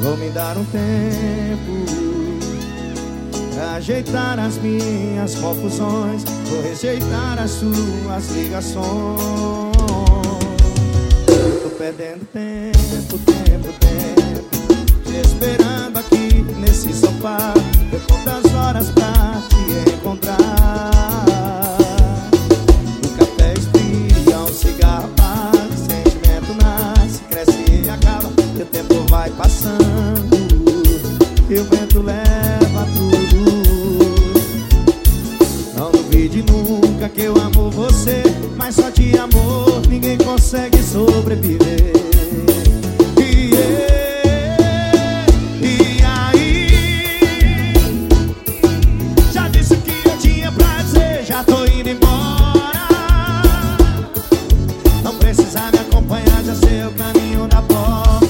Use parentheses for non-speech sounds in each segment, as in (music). Vou me dar um tempo pra ajeitar as minhas confusões. Vou rejeitar as suas ligações. Tô perdendo tempo, tempo, tempo. Te esperando aqui nesse sofá. Eu conto as horas pra te encontrar. O café esfria, um cigarro apaga. O sentimento nasce, cresce e acaba. E o tempo vai passando. E o vento leva tudo Não duvide nunca que eu amo você Mas só de amor ninguém consegue sobreviver yeah. é, E aí Já disse que eu tinha prazer Já tô indo embora Não precisa me acompanhar Já sei o caminho da porta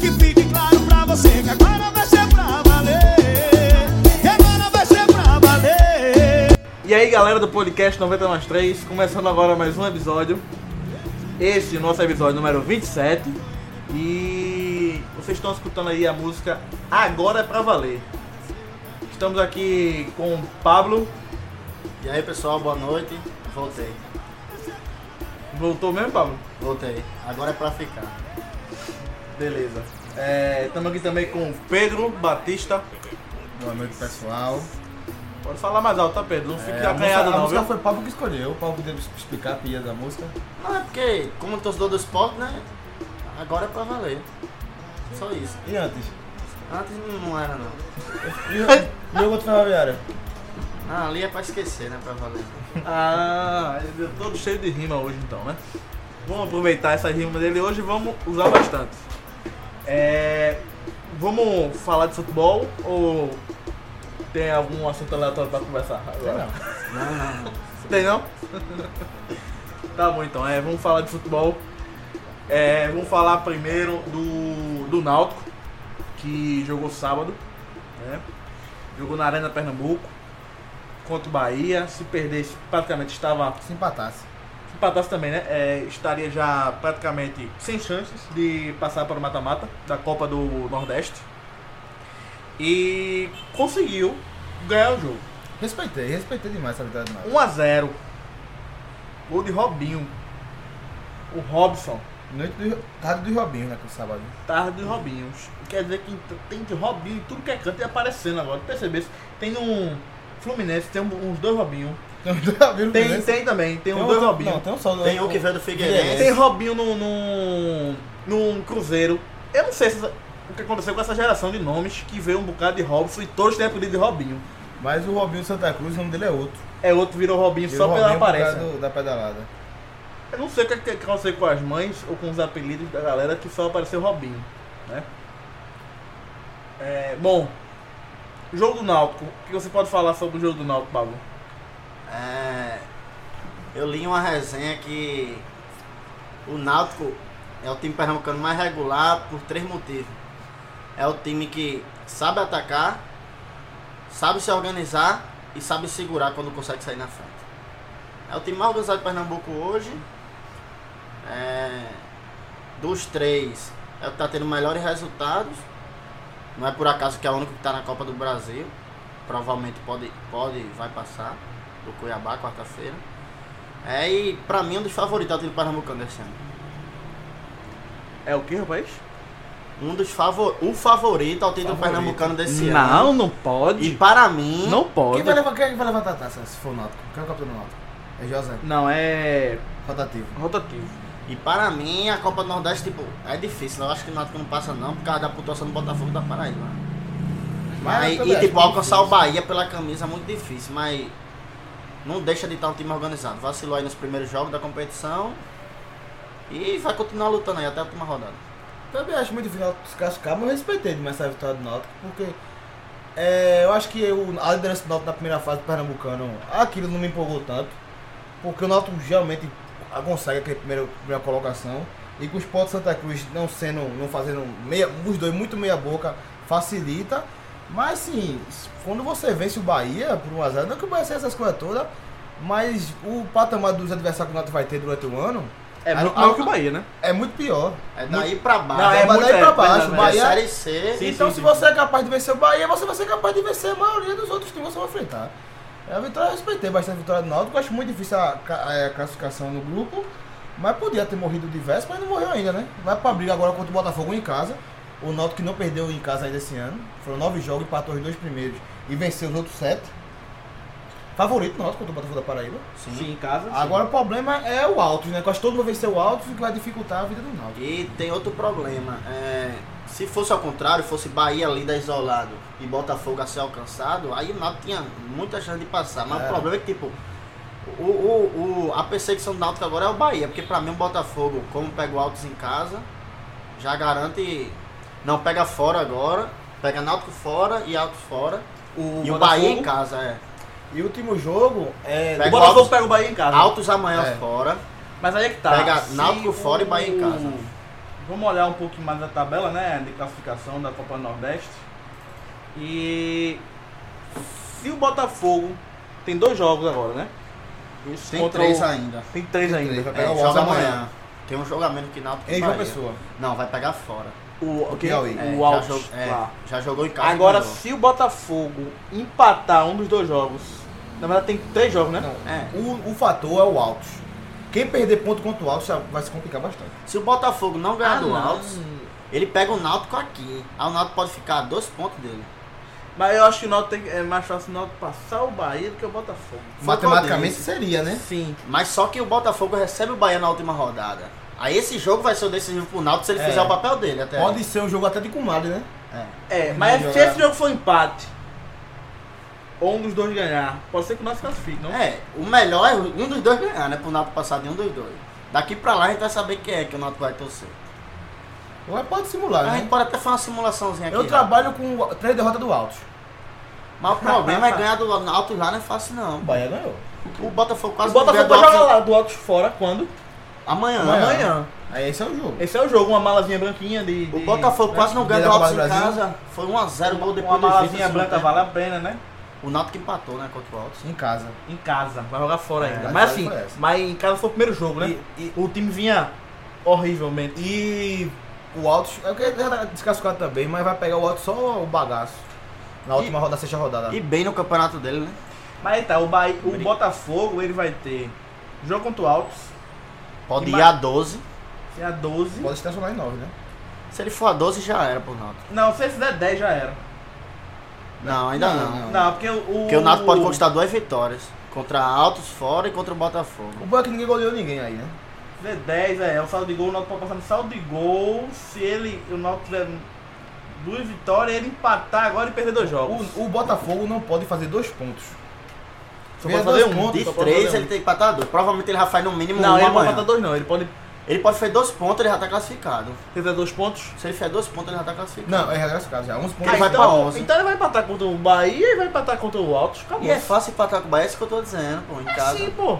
que fique claro pra você que agora vai ser pra valer. Que agora vai ser pra valer. E aí galera do podcast 90 mais 3, começando agora mais um episódio. Este é o nosso episódio número 27. E vocês estão escutando aí a música Agora é pra Valer. Estamos aqui com o Pablo, E aí pessoal, boa noite. Voltei, voltou mesmo, Pablo? voltei. Agora é pra ficar. Beleza. É, Estamos aqui também com o Pedro Batista. Boa noite, pessoal. Pode falar mais alto, tá, Pedro? Não fique É, a música, acanhado, a não, música viu? foi o Pablo que escolheu. O Pablo deve explicar a pilha da música. Ah, é porque como torcedor do esporte, né? Agora é pra valer. Só isso. E antes? Antes não não era não. E, o- e o outro ferroviário? Ah, ali é pra esquecer, né? Pra valer. Ah, ele deu todo cheio de rima hoje então, né? Vamos aproveitar essa rima dele hoje e vamos usar bastante. É, vamos falar de futebol ou tem algum assunto aleatório pra conversar agora? Não, não, não. Tem não? (laughs) tá bom então, é, vamos falar de futebol. É, vamos falar primeiro do, do Náutico, que jogou sábado. né? Jogou na Arena Pernambuco contra o Bahia. Se perdesse, praticamente estava Se empatasse. se empatasse também, né? é, estaria já praticamente sem chances de passar para o mata-mata da Copa do Nordeste. E conseguiu ganhar o jogo. Respeitei, respeitei demais essa vitória do Náutico. 1 a 0 Gol de Robinho. O Robson. Noite do, tarde do Robinho, né, com o sábado. (laughs) Tarde do Robinho. Quer dizer que tem de Robinho em tudo que é canto e aparecendo agora. Percebesse? Tem um Fluminense, tem um- uns dois Robinho. Tem um do Robinho, Tem, beleza? tem também, tem, uns um dois do- Robinho. Não, tem um só. Tem um que veio do É. Figueirense. Tem Robinho num, num, num Cruzeiro. Eu não sei se essa- o que aconteceu com essa geração de nomes que veio um bocado de Robson e todos têm apelido de Robinho. Mas o Robinho de Santa Cruz, o nome dele é outro. É outro virou Robinho Virou só pela Robinho por causa aparência. do- da pedalada. Eu não sei o que, que aconteceu com as mães ou com os apelidos da galera que só apareceu Robinho, né? É, bom, jogo do Náutico. O que você pode falar sobre o jogo do Náutico, Pablo? É, eu li uma resenha que o Náutico é o time pernambucano mais regular por três motivos. É o time que sabe atacar, sabe se organizar e sabe segurar quando consegue sair na frente. É o time mais organizado de Pernambuco hoje. É, dos três, é o que está tendo melhores resultados. Não é por acaso que é o único que está na Copa do Brasil. Provavelmente pode, pode vai passar do Cuiabá, quarta-feira. É, e pra mim, um dos favoritos é o time Pernambucano desse ano. É o que, rapaz? Um dos favor... O favorito ao time do Favorito. Pernambucano desse ano. não E pode. para mim, Quem pode. vai, levar, quem vai levantar a taça, se for o Náutico? Quem é o capitão do Náutico? É José. Não, é Rotativo. rotativo. e para mim, a Copa do Nordeste, tipo, é difícil. Eu acho que o Náutico não passa não, por causa da pontuação do Botafogo e da Paraíba. Mas Mas, É, eu e também tipo, acho alcançar o difícil. Bahia pela camisa é muito difícil, mas não deixa de estar um time organizado. Vacilou aí nos primeiros jogos da competição e vai continuar lutando aí até a última rodada. Também acho muito difícil descascar, mas eu respeitei demais essa vitória do Náutico, porque é, eu acho que o, a liderança do Náutico na primeira fase do Pernambucano, aquilo não me empolgou tanto, porque o Náutico geralmente consegue aquela primeira, primeira colocação, e com o Sport Santa Cruz não sendo, não fazendo meia, os dois muito meia boca, facilita, Mas sim, quando você vence o Bahia por um azar, não que o Bahia seja essas coisas todas, mas o patamar dos adversários que o Náutico vai ter durante o ano É Ah, muito ah, maior que o Bahia, né? é muito pior. É daí pra baixo. Não, Mas é é muito- daí pra é, baixo. é, o é, Bahia, Série C. Sim, então, sim, se sim. você é capaz de vencer o Bahia, você vai ser capaz de vencer a maioria dos outros times que você vai enfrentar. É, A vitória, eu respeitei bastante a vitória do Náutico. Acho muito difícil a, ca- é, a classificação no grupo. Mas podia ter morrido de verso, mas não morreu ainda, né? Vai pra briga agora contra o Botafogo em casa. O Náutico que não perdeu em casa ainda esse ano. Foram nove jogos, empatou os dois primeiros e venceu os outros sete. Favorito Náutico contra o Botafogo da Paraíba. Sim, em casa. sim. Agora o problema é o Altos, né? Quase todo mundo venceu o Altos, o que vai dificultar a vida do Náutico. E tem outro problema. é, se fosse ao contrário, fosse Bahia líder isolado e Botafogo a ser alcançado, aí o Náutico tinha muita chance de passar. Mas É. o problema é que, tipo, o, o, o- a perseguição do Náutico agora é o Bahia. Porque pra mim o Botafogo, como pega o Altos em casa, já garante... Não, pega fora agora. Pega Náutico fora e Altos fora. e o Botafogo- Bahia em casa, é. E o último jogo é. O Pega Botafogo Altos- pega o Bahia em casa. Altos amanhã É. fora. Mas aí é que tá. Pega Se Náutico fora e Bahia em casa. Vamos olhar um pouquinho mais a tabela, né? De classificação da Copa Nordeste. E se o Botafogo tem dois jogos agora, né? Isso Tem contra três o- ainda. Tem três ainda. três, vai É, pegar o Altos joga amanhã. amanhã. Tem um jogamento que Náutico e Em João Bahia. Pessoa. Não, vai pegar fora. O, o, quê? Piauí. É, o Altos. Já, jog- é, lá. já jogou em casa. Agora, e ganhou. se o Botafogo empatar um dos dois jogos, na verdade tem três jogos, né? Não, É. O, o fator é o Altos. Quem perder ponto contra o Altos já vai se complicar bastante. se o Botafogo não ganhar Ah, Tá do não. Altos, ele pega o Náutico aqui. Aí o Náutico pode ficar a dois pontos dele. Mas eu acho que o Náutico tem- é mais fácil o Náutico passar o Bahia do que o Botafogo. Foi Matematicamente com seria, né? Sim. Mas só que o Botafogo recebe o Bahia na última rodada. Aí esse jogo vai ser o decisivo pro Náutico se ele É. fizer o papel dele até. Pode ser um jogo até de comadre, né? É. É, Não mas se jogar. esse jogo for empate, ou um dos dois ganhar, pode ser que o nosso classifique, não? É, o melhor é um dos dois ganhar, né? Pro Náutico passar de um dos dois. Daqui pra lá a gente vai saber quem é que o Náutico vai torcer. Ou é pode simular, A né? gente pode até fazer uma simulaçãozinha aqui. Eu né? trabalho com o- três derrotas do Altos. Mas o problema é ganhar do Náutico lá não é fácil não. O Bahia ganhou. O Botafogo quase o não ganha Botafogo do vai jogar lá Náutico do Altos fora quando? Amanhã. Amanhã. Aí esse é o jogo. Esse é o jogo, uma malazinha branquinha de. né? O de- Botafogo quase não ganhou do né? Primeira Altos em Copa do Brasil. casa. Foi 1x0 o gol Uma, depois uma do malazinha Vitor, branca assim, vale a pena, né? O Náutico empatou, né, contra o Altos. Em casa. Em casa, vai jogar fora É, ainda. a Mas verdade assim, foi essa. mas em casa foi o primeiro jogo, né? E- O time vinha horrivelmente. E o Altos. É porque já tá descascado também, mas vai pegar o Altos só o bagaço. Na E- última rodada, sexta rodada. E bem no campeonato dele, né? Mas aí tá, o, Bahia, o Botafogo ele vai ter jogo contra o Altos, Pode E ir a 12. tem a 12. Pode estacionar em nove, né? Se ele for a 12, já era pro Náutico. Não, se ele fizer 10 já era. Não, ainda Não, não. não. Não, porque o. Porque o Náutico pode conquistar duas vitórias. Contra Altos fora e contra o Botafogo. O bom é que ninguém goleou ninguém aí, né? Fazer 10 é, é o saldo de gol, o Náutico pode passar no saldo de gol se ele, o Náutico tiver duas vitórias, ele empatar agora e perder dois jogos. O, o Botafogo não pode fazer dois pontos. Só Ganha pode fazer dois um. pontos, De só pode três, fazer ele tem que empatar dois. Provavelmente ele já faz no um. mínimo Não, um ele não pode amanhã. empatar dois não, ele pode Ele pode fazer dois pontos, ele já tá classificado. perder dois pontos. Se ele fizer dois pontos, ele já tá classificado. Não, é regressado já. 11 pontos. Ele vai pra então, 11. então ele vai empatar contra o Bahia e vai empatar contra o Altos, acabou. E é fácil empatar com o Bahia, é isso que eu tô dizendo, pô. Em É casa, sim, pô.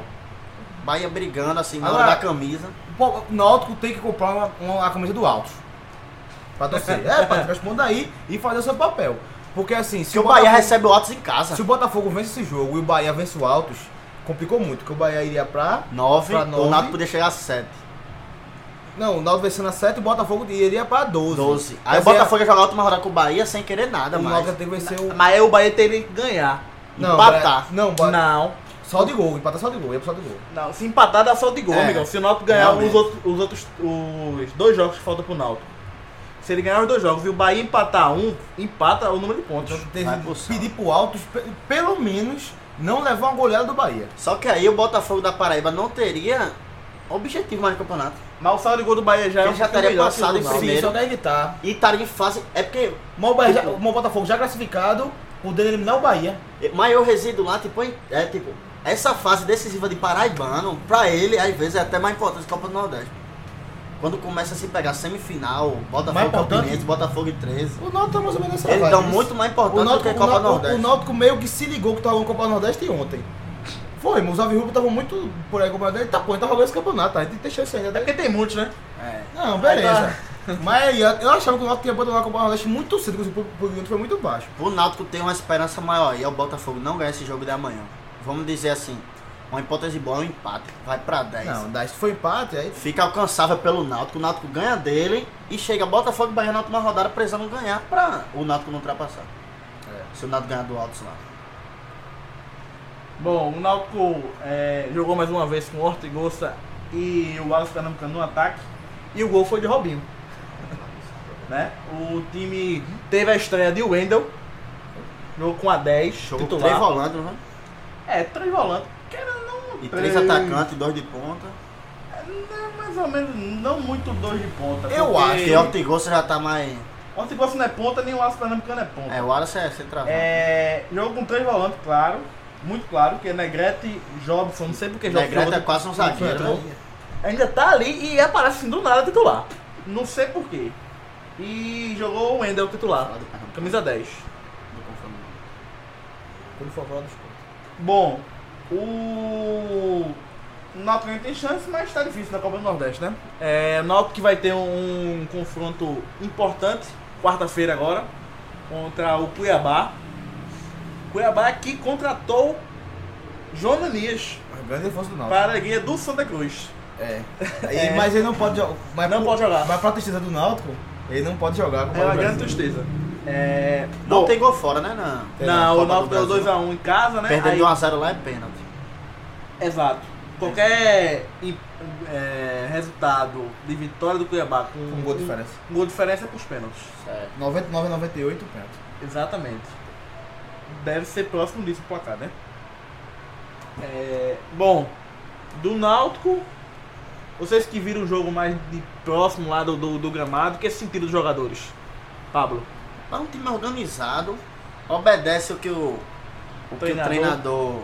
Bahia brigando assim, na Agora- hora da camisa. Pô, O Náutico tem que comprar uma, uma- a camisa do Altos. Pra torcer. É, pra responder aí e fazer o seu papel. Porque assim, se Porque o Bahia Botafogo- recebe o Altos em casa. se o Botafogo vence esse jogo e o Bahia vence o Altos, complicou muito, porque o Bahia iria pra. 9, Pra o nove. Nato podia chegar a 7. Não, o Náutico vencendo a 7 e o Botafogo iria pra 12. 12. Aí Mas É Um o Botafogo ia jogar a última rodada com o Bahia sem querer nada O mais. Náutico tem que vencer o. Mas aí o Bahia teria que ganhar. empatar. Bahia- Não, Bahia- Não. só de gol, empatar só de gol, ia pra só de gol. Não, se empatar dá saldo de gol, É. amigão. Se o Náutico ganhar os Realmente. outros, os outros os dois jogos que faltam pro Náutico. Se ele ganhar os dois jogos e o Bahia empatar um, empata o número de pontos. Então teve Vai que pro saldo. pedir pro Altos, pe- pelo menos, não levar uma goleada do Bahia. Só que aí o Botafogo da Paraíba não teria objetivo mais no campeonato. Mas o saldo de gol do Bahia já é Ele um já pouquinho teria melhor que o passado então? do em Náutico. primeiro. só quer evitar. E estaria em fase. É porque. tá. Mas o, Bahia Tipo- já- mas o Botafogo já classificado, podendo eliminar o Bahia. Mas eu resido lá, tipo, em- é tipo. Essa fase decisiva de Paraibano, pra ele, às vezes, é até mais importante que a Copa do Nordeste. Quando começa a se pegar semifinal, Mais Botafogo importante? Campinense, Botafogo e 13. O Náutico tá mais ou menos nessa Eles vibe, dão né? muito mais o importância do que Náutico, a Copa o, do Náutico, o Nordeste. Náutico meio que se ligou que tava no Copa do Nordeste ontem. Foi, mas os Alvirrubos estavam muito por aí com o Nordeste. Tá, pô, a gente tá jogando esse campeonato, a gente tem chance ainda. É Daí... porque tem muitos, né? É. Não, beleza. Aí (laughs) Mas eu, eu achava que o Náutico tinha abandonado a Copa do Nordeste muito cedo, porque o público foi muito baixo. O Náutico tem uma esperança maior e é o Botafogo não ganhar esse jogo de amanhã. Vamos dizer assim, uma hipótese boa é um empate, vai pra 10. Não, daí se foi empate, aí Fica alcançável pelo Náutico, o Náutico ganha dele e chega Botafogo e Bahia na última rodada precisando ganhar pra o Náutico não ultrapassar. Se o Náutico ganhar do Altos lá. Bom, o Náutico é, jogou mais uma vez com o Ortigosa e o Wallace Pernambucano no ataque. E o gol foi de Robinho. (laughs) né? O time teve a estreia de Wendel. Jogou com a 10, Jogou com titular. três volantes, né? É, três volantes. Querendo ou não, E três atacantes, dois de ponta. Não, mais ou menos, não muito dois de ponta. Eu porque acho E o Ortigosa já tá mais. O Ortigosa não é ponta, nem o Wallace Pernambucano é ponta. É, o Alas é centroavante. É, jogo com três volantes, claro. Muito claro, que é Negrete, Jobson, não sei porque Jobson Negrete jogou é quase com um o zagueiro, Fernando. né? Ainda tá ali e aparece assim do nada titular. Não sei porquê. E jogou o Wendel titular. Lá do Pernambuco. Camisa 10. quando for falar dos pontos. Bom, o. O Náutico ainda tem chance, mas tá difícil na Copa do Nordeste, né? É, o Náutico que vai ter um, confronto importante, quarta-feira agora, contra o Cuiabá. Cuiabá que contratou Jonanias A grande reforço do Náutico. para a alegria do Santa Cruz. (laughs) É. É. E- Mas ele não pode jogar. Mas Não pro- pode jogar. Mas pra tristeza do Náutico, ele não pode jogar. com É o uma Brasil. grande tristeza. É, Não bom, tem gol fora, né? Não. Não, Copa o do Náutico deu Brasil. 2x1 em casa, né? Perder Aí- de 1x0 lá é pênalti. Exato. Qualquer em- é, resultado de vitória do Cuiabá com Com um gol de diferença. um gol de diferença é pros pênaltis. 99 98 pênalti. Exatamente. Deve ser próximo disso o placar, né? É, bom, do Náutico, vocês que viram o jogo mais de próximo lá do, do, do gramado, que é sentido dos jogadores? Pablo. É um time organizado, obedece o que o, o, que o Treinador. treinador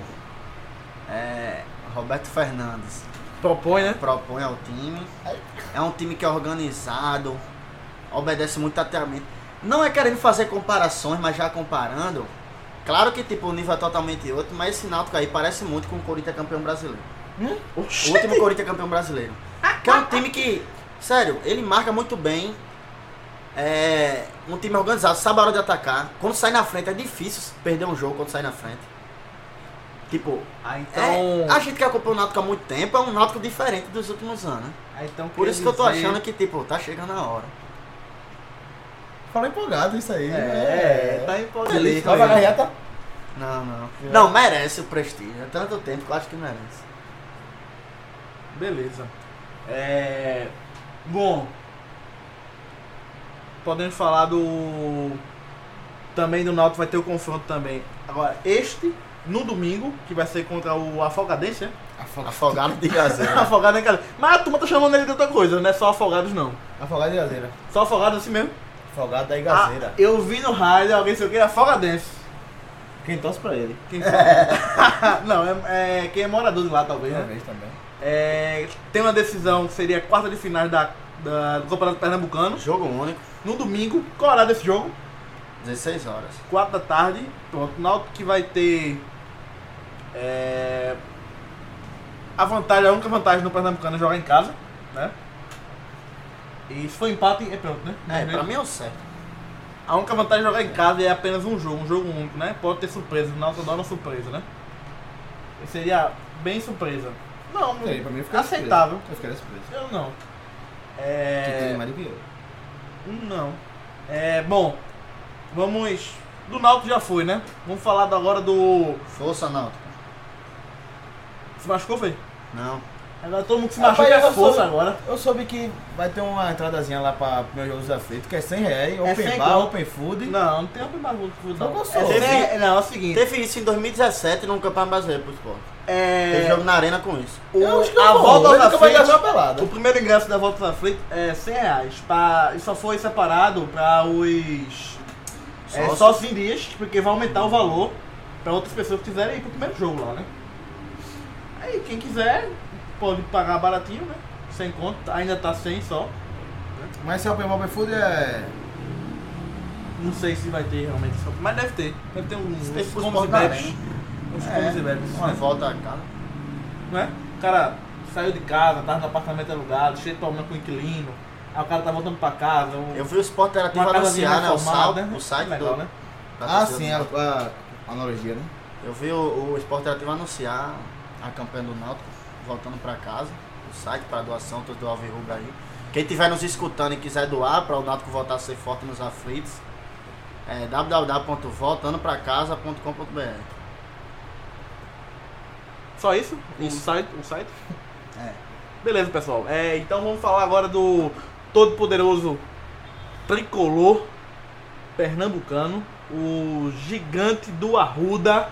é, Roberto Fernandes Propõe, né? propõe ao time. É um time que é organizado, obedece muito ateamente. Não é querendo fazer comparações, mas já comparando. Claro que tipo, o nível é totalmente outro, mas esse Náutico aí parece muito com o Corinthians é campeão brasileiro. O Oxi. último Corinthians campeão brasileiro. Que é um time que, sério, ele marca muito bem. É um time organizado, sabe a hora de atacar. Quando sai na frente é difícil perder um jogo quando sai na frente. Tipo, Ah, é, então. a gente que acompanha o Náutico há muito tempo é um Náutico diferente dos últimos anos. né? ah, então Por quer isso que eu tô dizer- achando que, tipo, tá chegando a hora. Fala empolgado isso aí. né? É, tá empolgado. Feliz, Vai né? ganhar, tá? Não, não. Não, merece o prestígio. É tanto tempo que eu acho que merece. Beleza. É. Bom. Podemos falar do. Também do Náutico vai ter o confronto também. Agora, este, no domingo, que vai ser contra o Afogadense, né? Afogado (laughs) de gazeira. Afogado em casa. Mas a turma tá chamando ele de outra coisa, não é só Afogados não. Afogado e gazeira. Só Afogados assim mesmo. Afogado e Ah, gazeira. eu vi no rádio alguém sei o que, é Afogadense. Quem torce pra ele? Ah, Quem (laughs) (laughs) não, é, é quem é morador de lá talvez, né? vez também. É, tem uma decisão que seria quarta de finais da, da, do Campeonato Pernambucano. Jogo único, No domingo, qual é o horário desse jogo? 16 horas. 4 da tarde. Pronto, o Náutico que vai ter. é, a vantagem, a única vantagem do Pernambucano é jogar em casa, né? E se for empate, é pronto, né? É, pra mim é o certo. A única vantagem de jogar em casa é apenas um jogo, um jogo único, né? Pode ter surpresa, o Náutico adora uma surpresa, né? Seria bem surpresa. Não, Sim, É, pra mim fica aceitável. Eu ficaria surpreso. Eu não. Quem É. um tem mais do que eu. Não. É, bom, vamos. Do Náutico já foi, né? Vamos falar do- agora do. Força, Náutico. Se machucou, foi? Não. Agora todo mundo que se Rapaz, machucou é eu força sou- agora. Eu soube que vai ter uma entradazinha lá pra meu jogo dos aflitos, que é 100 reais, open 100 bar, conto. open food. Não, não tem open bar no futebol, Não não. gostou. É, Teve- né? não, é o seguinte. Teve isso em 2017 no Campeonato Brasileiro pro esporte. Teve É, jogo na arena com isso. o, Eu acho que a eu vou, volta eu da nunca vai dar só frente. pelada. O primeiro ingresso da volta da frente é 100 reais. Pra, e só foi separado para os. É, Sócios. sócios em dias, porque vai aumentar o valor para outras pessoas que quiserem ir pro primeiro jogo lá, né? Aí quem quiser pode pagar baratinho, né? Sem conta, ainda tá 100 só. Mas se é open bar, open food é... Não sei se vai ter realmente só, mas deve ter. Deve ter uns, Tem uns que combos e botar, bebes. né? Uns É, combos e bebes, Uma né? volta a casa. tá Não é? O cara saiu de casa, tava no apartamento alugado, cheio de problema com o inquilino. Aí o cara tá voltando pra casa. Um, Eu vi o Sport Interativo uma casinha anunciar, né? O, sal, É reformada. o site Legal, do. né? Tá Ah, patrocinador sim, do a, Náutico. a analogia, né? Eu vi o, o Sport Interativo anunciar a campanha do Náutico, voltando pra casa. O site para doação, todo do Alves Rubro aí. Quem estiver nos escutando e quiser doar para o Náutico voltar a ser forte nos aflitos, é www.voltandopracasa.com.br. Só isso? Um Isso. site? Um site? É. Beleza, pessoal. É, então vamos falar agora do todo poderoso tricolor pernambucano, o gigante do Arruda,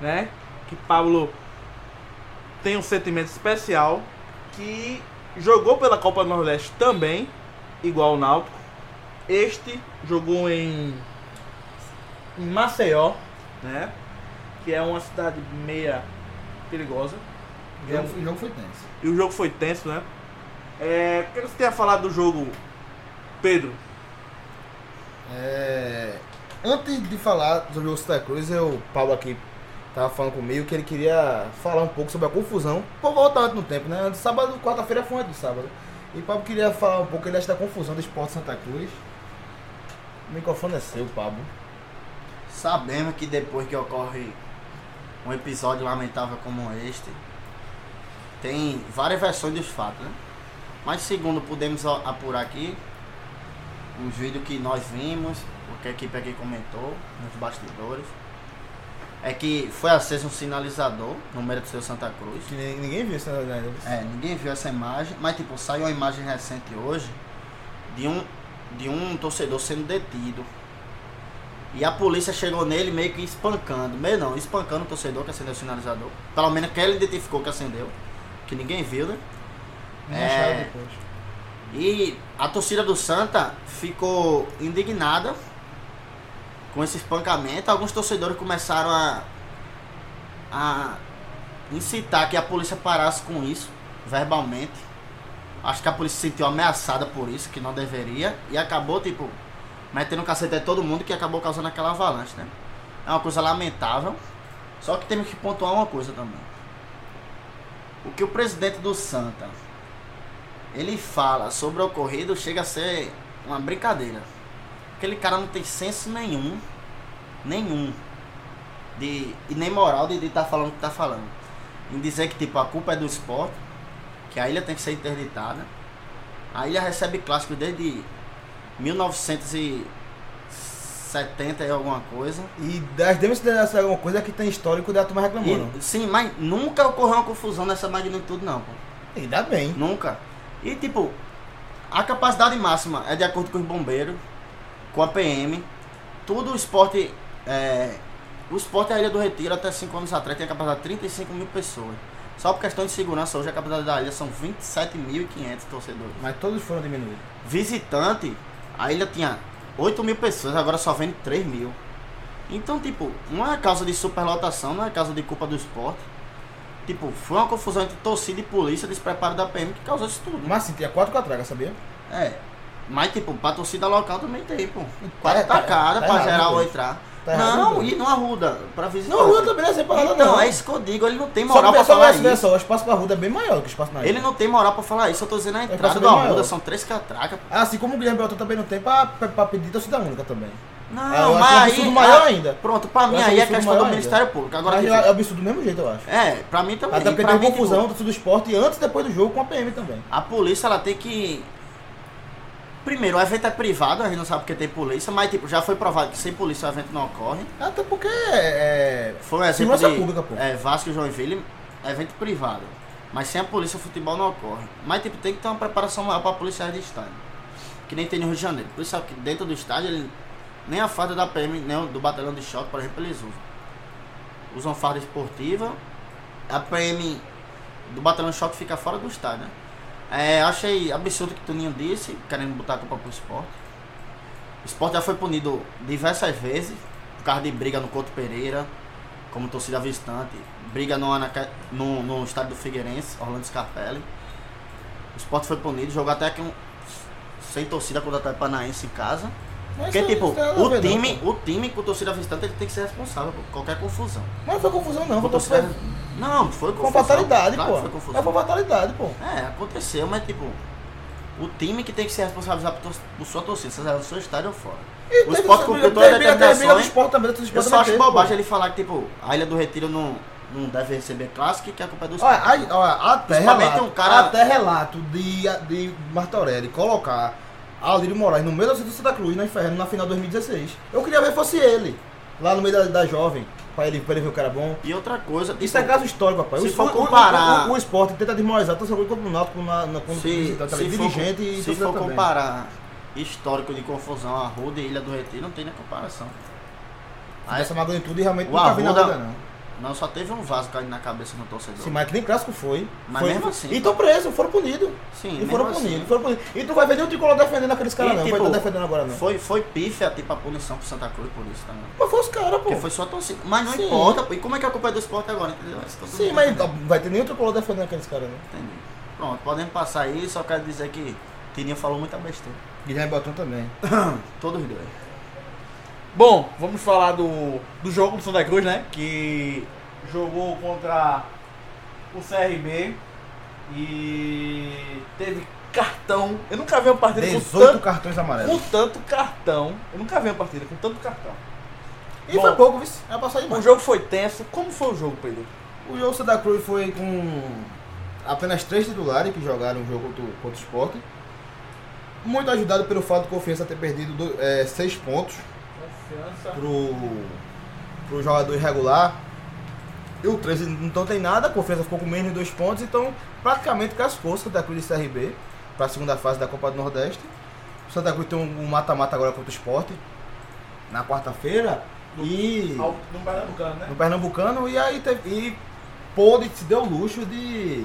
né? Que Pablo tem um sentimento especial, que jogou pela Copa do Nordeste também, igual o Náutico. Este jogou em, em Maceió, né? Que é uma cidade meia perigosa. O jogo, o jogo foi tenso. E o jogo foi tenso, né? É, o que você tem a falar do jogo, Pedro? É, Antes de falar sobre o Santa Cruz, eu, o Paulo aqui tava falando comigo que ele queria falar um pouco sobre a confusão. Por voltar antes no tempo, né? Antes, sábado, quarta-feira foi antes do sábado. E o Pablo queria falar um pouco ele acha da confusão do esporte Santa Cruz. O microfone é seu, Pablo. Sabemos que depois que ocorre um episódio lamentável como este, tem várias versões dos fatos, né? Mas segundo pudemos a- apurar aqui, os vídeos que nós vimos, o que a equipe aqui comentou nos bastidores, é que foi aceso um sinalizador no mérito do seu Santa Cruz. Que ni- ninguém viu essa né? realidade. É, ninguém viu essa imagem, mas tipo, saiu uma imagem recente hoje de um, de um torcedor sendo detido. E a polícia chegou nele meio que espancando. Meio não, espancando o torcedor que acendeu o sinalizador. Pelo menos que ele identificou que acendeu. Que ninguém viu, né? Não É. acharam depois. E a torcida do Santa ficou indignada com esse espancamento. Alguns torcedores começaram a, a incitar que a polícia parasse com isso, verbalmente. Acho que a polícia se sentiu ameaçada por isso, que não deveria. E acabou, tipo, metendo um cacete em todo mundo que acabou causando aquela avalanche, né? É uma coisa lamentável. Só que temos que pontuar uma coisa também. O que o presidente do Santa ele fala sobre o ocorrido, chega a ser uma brincadeira. Aquele cara não tem senso nenhum, nenhum, de, e nem moral de estar falando o que tá falando. Em dizer que tipo, a culpa é do esporte, que a ilha tem que ser interditada. A ilha recebe clássico desde 1970 e alguma coisa. E das demonstrações alguma coisa que tem histórico da turma reclamando. E, sim, mas nunca ocorreu uma confusão dessa magnitude não, pô. E, dá bem. Nunca. E tipo, a capacidade máxima é de acordo com os bombeiros, com a PM. Tudo o esporte. É, o esporte da Ilha do Retiro até 5 anos atrás tem a capacidade de 35 mil pessoas. Só por questão de segurança, hoje a capacidade da ilha são 27.500 torcedores. Mas todos foram diminuídos. Visitante, a ilha tinha 8 mil pessoas, agora só vende 3 mil. Então, tipo, não é causa de superlotação, não é causa de culpa do esporte. Tipo, foi uma confusão entre torcida e polícia, despreparo da PM que causou isso tudo. Mas sim, tinha quatro catracas, sabia? É. Mas, tipo, pra torcida local também tem, pô. Tá- Quatro tá- tacadas tá pra errado, geral pô. entrar. Tá errado, não, pô. e no Arruda, pra visitar. Não, a rua também não é separada, Então, não. é isso que eu digo, ele não tem Só moral que pra pessoal, falar olha, isso. olha só, o espaço pra Ruda é bem maior que o espaço na ilha. Ele não tem moral pra falar isso, eu tô dizendo a entrada do passo bem Arruda, é maior. são três catracas. pô. Assim como o Guilherme Beltrão também não tem pra, pra, pra pedir torcida única também. Não, É, eu acho Ah, mas um aí. absurdo maior ah, ainda. Pronto, pra mim acho aí um é absurdo questão do maior Ministério ainda. Público. Agora, Mas tipo, é absurdo do mesmo jeito, eu acho. é, pra mim também. Até e porque pra tem mim, confusão tipo, do do esporte antes e depois do jogo com a PM também. a polícia, ela tem que. Primeiro, o evento é privado, a gente não sabe porque tem polícia, mas, tipo, já foi provado que sem polícia o evento não ocorre. Até porque é, Foi um exemplo Segurança de, pública, pô. É, Vasco e Joinville, evento privado. Mas sem a polícia, o futebol não ocorre. Mas tipo, tem que ter uma preparação maior para policiais de estádio. Que nem tem no Rio de Janeiro. Por isso é que dentro do estádio, ele, nem a farda da PM, nem o do batalhão de choque, por exemplo, eles usam. Usam farda esportiva. A PM do batalhão de choque fica fora do estádio, né? É, achei absurdo o que o Tuninho disse, querendo botar a culpa pro esporte. O esporte já foi punido diversas vezes, por causa de briga no Couto Pereira, como torcida visitante, briga no, Anaca- no, no estádio do Figueirense, Orlando Scarpelli. O esporte foi punido, jogou até aqui um, sem torcida contra o Atlético Paranaense em casa. Mas Porque, isso- é tipo, isso não tem nada a o ver, não, time, pô. o time com torcida visitante ele tem que ser responsável por qualquer confusão. Mas não foi confusão, não. Com Foi, torcida- foi, Não, foi foi uma confusão. fatalidade, claro pô. que Foi É Mas foi confusão. uma fatalidade, pô. É, aconteceu, mas tipo, O time que tem que ser responsabilizado por, tor- por sua torcida, seja no seu estádio ou fora. E O teve Sport essa cumpriu briga- todas as teve a- teve a briga do determinações. Sport também, do é Eu Sport só acho também, pô. bobagem ele falar que, tipo, a Ilha do Retiro não, não deve receber clássico e que a culpa é dos Olha, Ah, aí, olha, até Principalmente relato, um cara- até relato de, de Martorelli colocar Alírio Moraes no meio da torcida do Santa Cruz, na Inferno, na final de 2016. Eu queria ver fosse ele, lá no meio da, da jovem, pra ele, pra ele ver o cara bom. E outra coisa, Isso é tipo, caso histórico, papai. se o, for o- o- comparar- O, o, esporte tenta desmoralizar tanto o Santa Cruz quanto o Náutico na, na, quando se, visitante, se ali, for, Então, dirigente e se torcida for também. comparar histórico de confusão Arruda e Ilha do Retiro, não tem nem comparação. Ah, Essa magnitude realmente O nunca vi na Arruda- vida, não. Não, só teve um vaso caindo na cabeça do torcedor. Sim, mas que nem clássico foi. Mas foi mesmo assim. E estão presos, foram punidos. Sim, E mesmo foram assim. punidos, foram punidos. E tu vai ver nem o Tricolor defendendo aqueles caras, E, não. tipo, vai tá defendendo agora, não. Foi, foi pífia, tipo, a punição pro Santa Cruz por isso também. Mas foi os caras, pô. Porque foi só torcida. Mas não Sim. importa, pô. E como é que a culpa é do esporte agora, entendeu? Isso que eu tô Sim, dizendo. mas então- vai ter nenhum tricolor defendendo aqueles caras, né? Entendi. Pronto, podemos passar aí, só quero dizer que Tininho falou muita besteira. Guilherme Beltrão também. Todos dois. Bom, vamos falar do, do jogo do Santa Cruz, né? Que jogou contra o CRB e teve cartão. Eu nunca vi uma partida com 18 tanto, cartões com amarelos. tanto cartão. Eu nunca vi uma partida com tanto cartão. E foi pouco, viu? É pra sair O mais. jogo foi tenso. Como foi o jogo, Pedro? O jogo Santa Cruz foi com apenas três titulares que jogaram o jogo contra o- contra o Sport. Muito ajudado pelo fato de confiança ter perdido do- eh, seis pontos Confiança. pro, pro jogador irregular. E o 13 não tem nada, a confiança ficou com menos de dois pontos, então praticamente cascou Santa Cruz e CRB para a segunda fase da Copa do Nordeste. O Santa Cruz tem um um mata-mata agora contra o Sport na quarta-feira e No Pernambucano, né? no Pernambucano e aí teve, e pôde, se deu o luxo de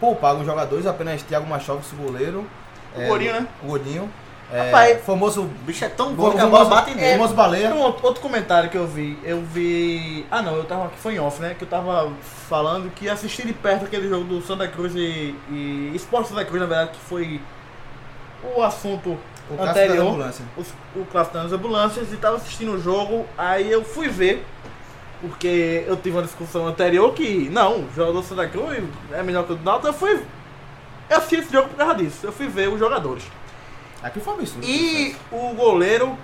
poupar alguns jogadores, apenas Thiago Machado, esse goleiro. O Gorinho, né? O Gorinho. É, Rapaz, famoso O bicho é tão bom que a bola famoso, é, bate nele. famoso baleia. Tem um outro outro comentário que eu vi, eu vi. Ah não, eu tava aqui, foi em off, né? Que eu tava falando que assisti de perto aquele jogo do Santa Cruz e. e Esporte Santa Cruz, na verdade, que foi o assunto O caso da anterior. ambulância. os- o clássico das ambulâncias e tava assistindo o jogo, aí eu fui ver, porque eu tive uma discussão anterior que, não, o jogador do Santa Cruz é melhor que o do Náutico, eu fui. Eu assisti esse jogo por causa disso, eu fui ver os jogadores. Aqui foi um absurdo. E o goleiro,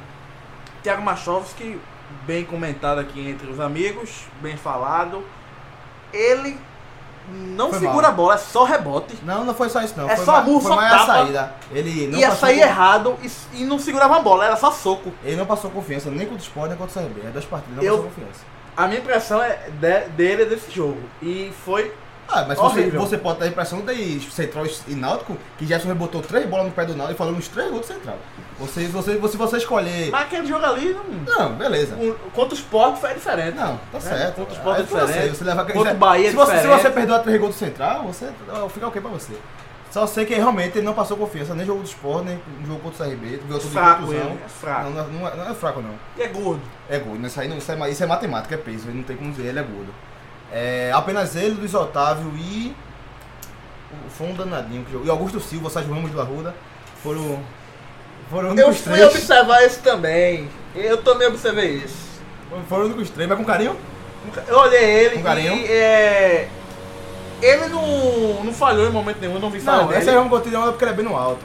Thiago Machovski, bem comentado aqui entre os amigos, bem falado. Ele não Foi segura a mal. bola, é só rebote. Não, não foi só isso não. É foi só mais- murro, foi só mais a tapa. saída. Ele não, Ia passou sair com- errado e, e não segurava a bola, era só soco. ele não passou confiança nem contra o Sport, nem contra o CRB. É duas partidas, não Eu- passou confiança. A minha impressão é de- dele é desse jogo. E foi. Ah, mas você, Horrível. você pode ter a impressão de Central e Náutico, que Gerson rebotou três bolas no pé do Náutico e falou uns três gols do Central. Você, você, você, se você escolher... Mas aquele jogo ali, não- Não, beleza. um- contra o Sport foi diferente. Não, tá certo. contra o Sport Aí é foi você, diferente. Você leva... Contra o Bahia é se você, se diferente. você perdoar três gols do Central, você fica ok pra você. Só sei que realmente ele não passou confiança, nem jogo do Sport, nem jogo contra o CRB, É jogou tudo de fraco contusão. ele, é fraco. Não, não, não é, não é fraco não. E é gordo. É gordo, isso, aí não, isso, é, ma- isso é matemática, é peso, ele não tem como dizer, ele é gordo. É, apenas ele, Luiz Otávio e. o- Foi um danadinho que jogou. E Augusto Silva, Sérgio Ramos do Arruda. Foram. Foram os Eu únicos fui três. observar isso também. Eu também observei isso. Foram os únicos três, mas com carinho? Eu olhei ele Um carinho. e é, ele não, não falhou em momento nenhum, eu não vi falha Não, dele. esse é um gotinho de onda porque ele é bem no alto.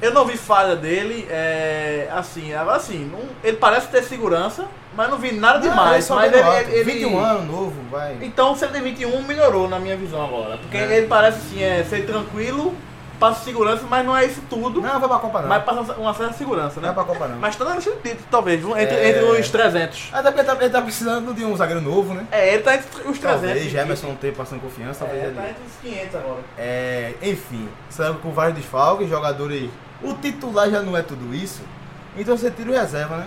Eu não vi falha dele, é, assim, agora assim, não- ele parece ter segurança, mas não vi nada Ah, ele É demais. só mas bem ele, no alto. ele, ele- 21 anos, novo, vai. Então o 121 melhorou na minha visão agora, porque ele parece assim, é, ser tranquilo, passa segurança, mas não é isso tudo, Não, vai pra Copa não. mas passa uma certa segurança, Não né? vai pra Copa não. Mas tá na lista de título, talvez, entre, É. entre os 300. Até porque ele tá, ele tá precisando de um zagueiro novo, né? É, ele tá entre os 300. Talvez Emerson não tenha passando confiança, talvez É, ele. tá entre os 500 agora. É, enfim, saiu com vários desfalques, jogadores. O titular já não é tudo isso, então você tira o reserva, né?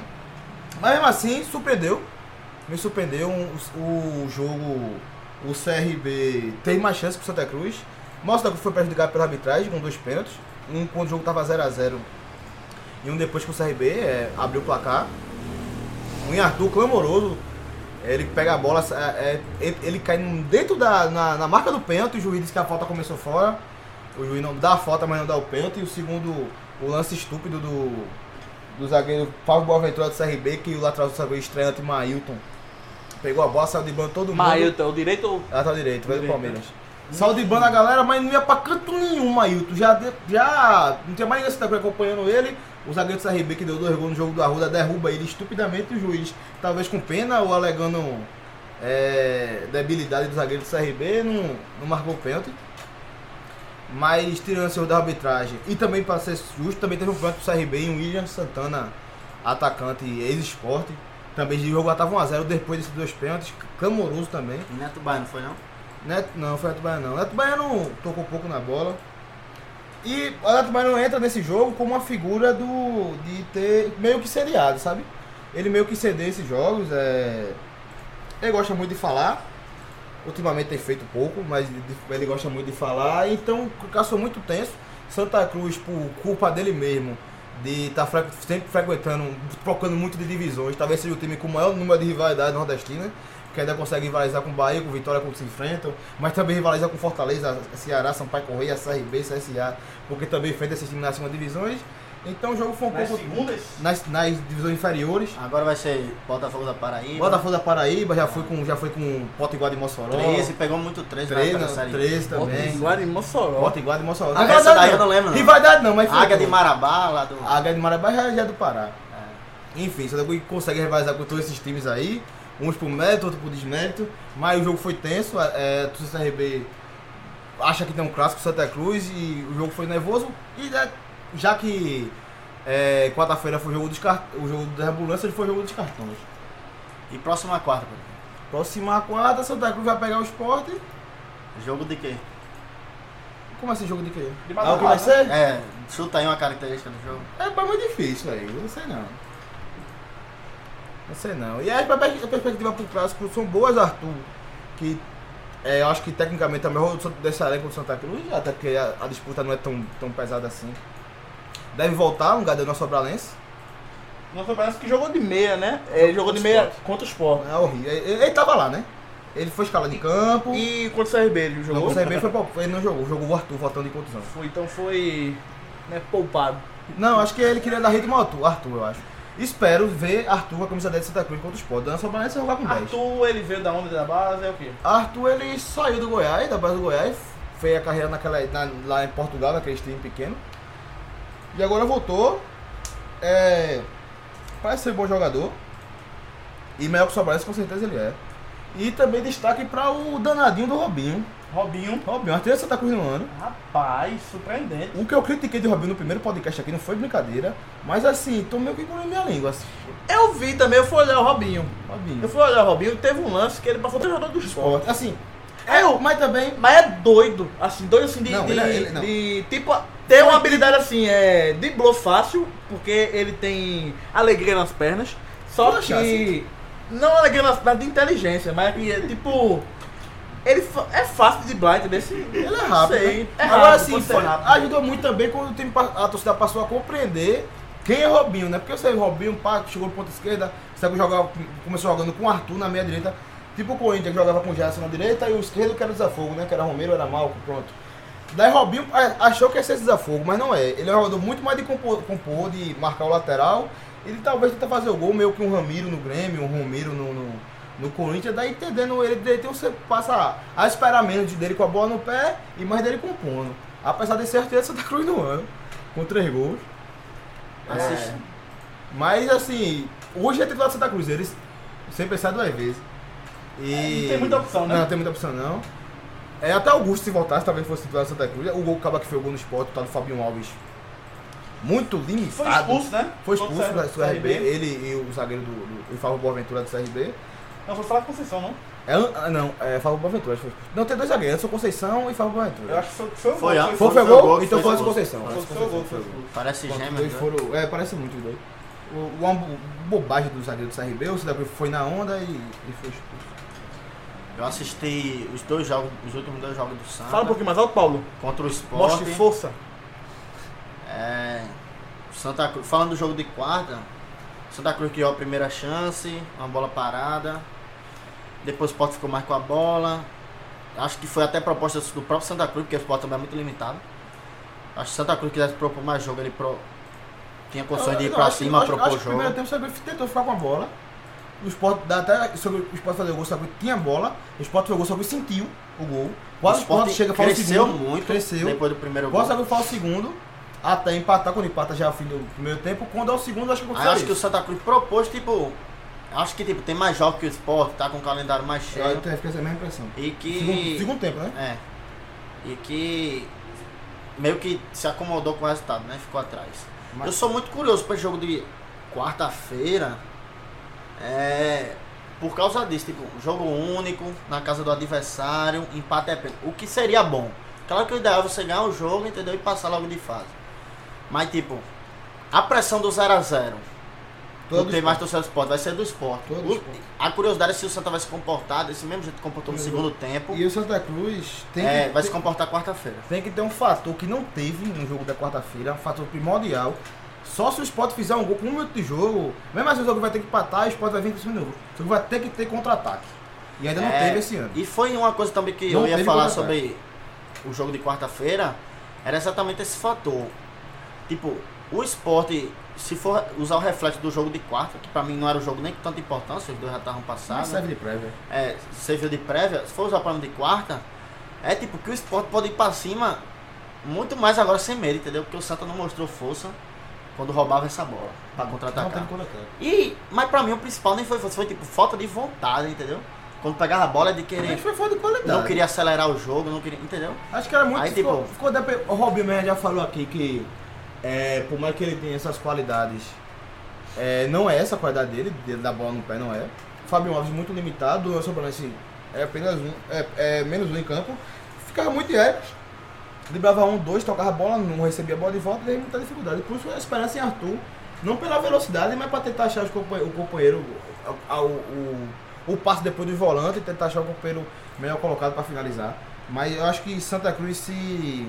Mas mesmo assim, surpreendeu. Me surpreendeu um- o, o jogo. O CRB tem mais chance pro Santa Cruz. Mas o Santa Cruz foi prejudicado pela arbitragem com dois pênaltis. Um quando o jogo tava 0x0 e um depois que o CRB é, abriu o placar. Um Arthur clamoroso. Ele pega a bola, é, é, ele- ele cai num- dentro da na, na marca do pênalti, o juiz disse que a falta começou fora. O juiz não dá a falta, mas não dá o pênalti. E o segundo, o lance estúpido do, do zagueiro Paulo Boaventura do CRB, que o lateral do CRB estreante Mailton pegou a bola, saiu de banco todo mundo. Mailton, o direito Lateral direito, vai do Direito, Palmeiras. Saudibando a galera, mas não ia pra canto nenhum, Ailton. Já, de- já não tinha mais ninguém que tá acompanhando ele. O zagueiro do CRB que deu dois gols no jogo do Arruda derruba ele estupidamente. O juiz, talvez com pena ou alegando é, debilidade do zagueiro do CRB, não, não marcou o pênalti. Mas tirando esse erro da arbitragem. E também, pra ser justo, também teve um pênalti pro CRB e o William Santana, atacante ex-esporte. Também de jogo já tava 1x0 depois desses dois pênaltis. Clamoroso também. E Neto Bar, não foi não? Neto, Né? não, foi Neto Baiano não. Neto Baiano tocou pouco na bola. E o Neto Baiano entra nesse jogo como uma figura do de ter meio que seriado, sabe? Ele meio que ceder esses jogos. É... Ele gosta muito de falar. Ultimamente tem feito pouco, mas de- de- ele gosta muito de falar. Então caçou muito tenso. Santa Cruz, por culpa dele mesmo, de estar sempre frequentando, trocando muito de divisões, talvez seja o time com o maior número de rivalidades nordestinas que ainda consegue rivalizar com o Bahia, com o Vitória, quando se enfrentam, mas também rivaliza com Fortaleza, Ceará, Sampaio Correia, CRB, CSA, porque também enfrenta esses times nas segunda divisões. Então o jogo foi um Nas pouco segundas? nas, nas divisões inferiores. Agora vai ser Botafogo da Paraíba. Botafogo da Paraíba já foi com já foi com Potiguar de Mossoró. 13, pegou muito 13 na época da 13, série. Ah, 13 também. Potiguar e Mossoró. Potiguar de Mossoró. Essa Rivalidade daí eu não lembro, não. Rivalidade não, mas foi Águia de tudo. Marabá, lá do. A Águia de Marabá já, já é do Pará. É. Enfim, Santa Cruz consegue rivalizar com todos esses times aí. Uns por mérito, outros por desmérito. Mas o jogo foi tenso. É, o CRB acha que tem um clássico Santa Cruz e o jogo foi nervoso. E já, já que é, quarta-feira foi o jogo, dos car- o jogo das ambulâncias, foi o jogo dos cartões. E próxima quarta, pô. Próxima quarta, Santa Cruz vai pegar o esporte. Jogo de quê? Como é esse jogo de quê? De Ah, o que madrugada. vai ser? É, chuta aí uma característica do jogo. É bem mais difícil, velho. Não sei não. Não sei não. E as perspec- as perspectivas pro clássico são boas, Arthur. Que é, eu acho que tecnicamente é o melhor do Santa- dessa elenco do Santa Cruz, até porque a, a disputa não é tão, tão pesada assim. Deve voltar um Gadelão Sobralense. Nossa, parece que jogou de meia, né? É, jogou de meia contra o Sport. É horrível. Ele, ele tava lá, né? Ele foi escala de campo. E E contra o CRB ele não, jogou. o CRB foi, poupado. ele não jogou, jogou o Arthur voltando de contusão. Foi, então foi né, poupado. Não, acho que ele queria dar ritmo ao Arthur, Arthur, eu acho. Espero ver Arthur com a camisa 10 de Santa Cruz contra os Sport. Dando Sobralense vai jogar com 10. Arthur, ele veio da onda da base, é o quê? Arthur ele saiu do Goiás, da base do Goiás, fez a carreira naquela, na- lá em Portugal, naquele time pequeno. E agora voltou. É, parece ser um bom jogador. E melhor que o Sobrense, com certeza ele é. E também destaque para o danadinho do Robinho. Robinho. Robinho, artilheiro de Santa Cruz no ano. Rapaz, surpreendente. O que eu critiquei de Robinho no primeiro podcast aqui não foi brincadeira, mas assim, tô meio que engolindo minha língua. Assim. Eu vi também, eu fui olhar o Robinho. Eu Robinho. fui olhar o Robinho, teve um lance que ele passou três jogadores do Sport. Esporte. Assim, é, eu, mas também Mas é doido, assim, doido assim de. Não, de, ele é- ele- não. de- tipo, tem uma habilidade assim, é. de blow fácil, porque ele tem alegria nas pernas. Só Boa que. chance. Não alegria nas pernas de inteligência, mas que é tipo. Ele fa- é fácil de driblar, entendeu? Esse- Ele é rápido. Sei, né? é Agora rápido, sim, pode ser foi- rápido. ajudou muito também quando o time, pa- a torcida passou a compreender quem é Robinho, né? Porque você Robinho, pá, chegou no ponto esquerda, sabe jogava, começou jogando com o Arthur na meia direita, tipo o Corinthians que jogava com o Gerson na direita e o esquerdo que era o desafogo, né? Que era Romero, era Malco, pronto. Daí Robinho a- achou que ia ser esse desafogo, mas não é. Ele é um jogador muito mais de compor, compor, de marcar o lateral. Ele talvez tenta fazer o gol, meio que um Ramiro no Grêmio, um Romero no, no, no Corinthians. Daí entendendo ele, ele tem um, você passa a esperar menos dele com a bola no pé e mais dele compondo. Apesar de ser artilheiro Santa Cruz no ano, com três gols. Assiste. Mas assim, hoje é titular do Santa Cruz, eles sem pensar duas vezes. E... não tem muita opção, né? Não, tem muita opção não. É, até Augusto se voltasse, talvez fosse titular do Santa Cruz. O gol acaba que foi o gol no esporte, tá do Fabinho Alves. Muito limitado. Foi expulso, né? Foi expulso Contra da o CRB, ele e o zagueiro do, do o Fábio Boaventura do CRB. Não, foi falar com Conceição, não. É, An- ah, não, é Fábio Boaventura. acho que foi. Não, tem dois zagueiros, são Conceição e Fábio Eu Boaventura. acho que foi, foi o Foi, gol. ah, Foi, foi foi o gol, gol que então foi foi o expulso. Conceição. Foi, Foi foi o gol, foi Conceição, foi o o gol. gol. Parece Pronto, gêmeo. dois foram. É, parece muito os dois. O- Uma bo- bobagem do zagueiro do CRB, o Santa Cruz foi na onda e, e foi expulso. Eu assisti os dois jogos, os últimos dois jogos do Santa. Fala um pouquinho mais alto, Paulo. Contra o Mostre Sport. força. É, Santa Cruz. Falando do jogo de quarta, Santa Cruz criou a primeira chance, uma bola parada. Depois o Sport ficou mais com a bola. Acho que foi até proposta do próprio Santa Cruz, porque o Sport também é muito limitado. Acho que o Santa Cruz quisesse propor mais jogo, ele pro... tinha condições de ir Eu pra acho que- cima, acho- propor acho que jogo. No primeiro tempo o CRB tentou ficar com a bola. O Sport dá até sobre o Sport fazer o gol, sabe? Tinha bola, o Sport fez o gol, sabe? Sentiu o gol. Quase o Sport chega faz o cresceu segundo. muito cresceu. depois do primeiro gol. Quase sabe? faz o segundo. Até empatar, quando empata já é o fim do primeiro tempo. Quando é o segundo, acho que Aí eu acho que o isso. Santa Cruz propôs, tipo. Acho que tipo, tem mais jogos que o Sport, tá com o calendário mais Aí cheio. É, eu fiquei essa mesma impressão. E que. Segundo, segundo tempo, né? É. E que meio que se acomodou com o resultado, né? Ficou atrás. Mas- Eu sou muito curioso para jogo de quarta-feira. É. Por causa disso, tipo, jogo único, na casa do adversário, empate é pênalti. O que seria bom. Claro que o ideal é você ganhar o jogo, entendeu? E passar logo de fase. Mas, tipo, a pressão do 0x0 não Todo tem mais torcida do esporte, vai ser do esporte. Todo O- esporte. a curiosidade é se o Santa vai se comportar desse mesmo jeito que comportou no Eu- segundo tempo. E o Santa Cruz tem É, que. vai se tem- comportar quarta-feira. Tem que ter um fator que não teve no jogo da quarta-feira, um fator primordial. Só se o Sport fizer um gol com um minuto de jogo, mesmo assim o jogo vai ter que empatar e o Sport vai vir com esse minuto. O jogo vai ter que ter contra-ataque. E ainda não É, teve esse ano. E foi uma coisa também que Não eu ia teve falar contra-ataque. sobre o jogo de quarta-feira, era exatamente esse fator. Tipo, o esporte, se for usar o reflexo do jogo de quarta, que pra mim não era um jogo nem com tanta importância, os dois já estavam Mas passados, serve de prévia. é, serviu de prévia, se for usar o plano de quarta, é tipo que o esporte pode ir pra cima muito mais agora sem medo, entendeu? Porque o Santa não mostrou força quando roubava essa bola pra Não contra-atacar. teve contra-ataque. E, mas pra mim o principal nem foi força, foi tipo falta de vontade, entendeu? Quando pegava a bola é de querer. Mas foi foda de qualidade. Não queria acelerar o jogo, não queria. Entendeu? Acho que era muito. Aí, ficou, tipo- ficou depe- O Robinho mesmo já falou aqui que, é, por mais que ele tenha essas qualidades, é, não é essa a qualidade dele, dele da bola no pé, não é. Fabio Alves muito limitado, o Anderson Balance é apenas um, é, é menos um em campo. Ficava muito é, direto, driblava um, dois, tocava a bola, não recebia a bola de volta, teve muita dificuldade. Por isso a esperança em Arthur, não pela velocidade, mas para tentar achar os compa- o companheiro, o, o, o, o passe depois do volante, tentar achar o companheiro melhor colocado para finalizar. Mas eu acho que Santa Cruz se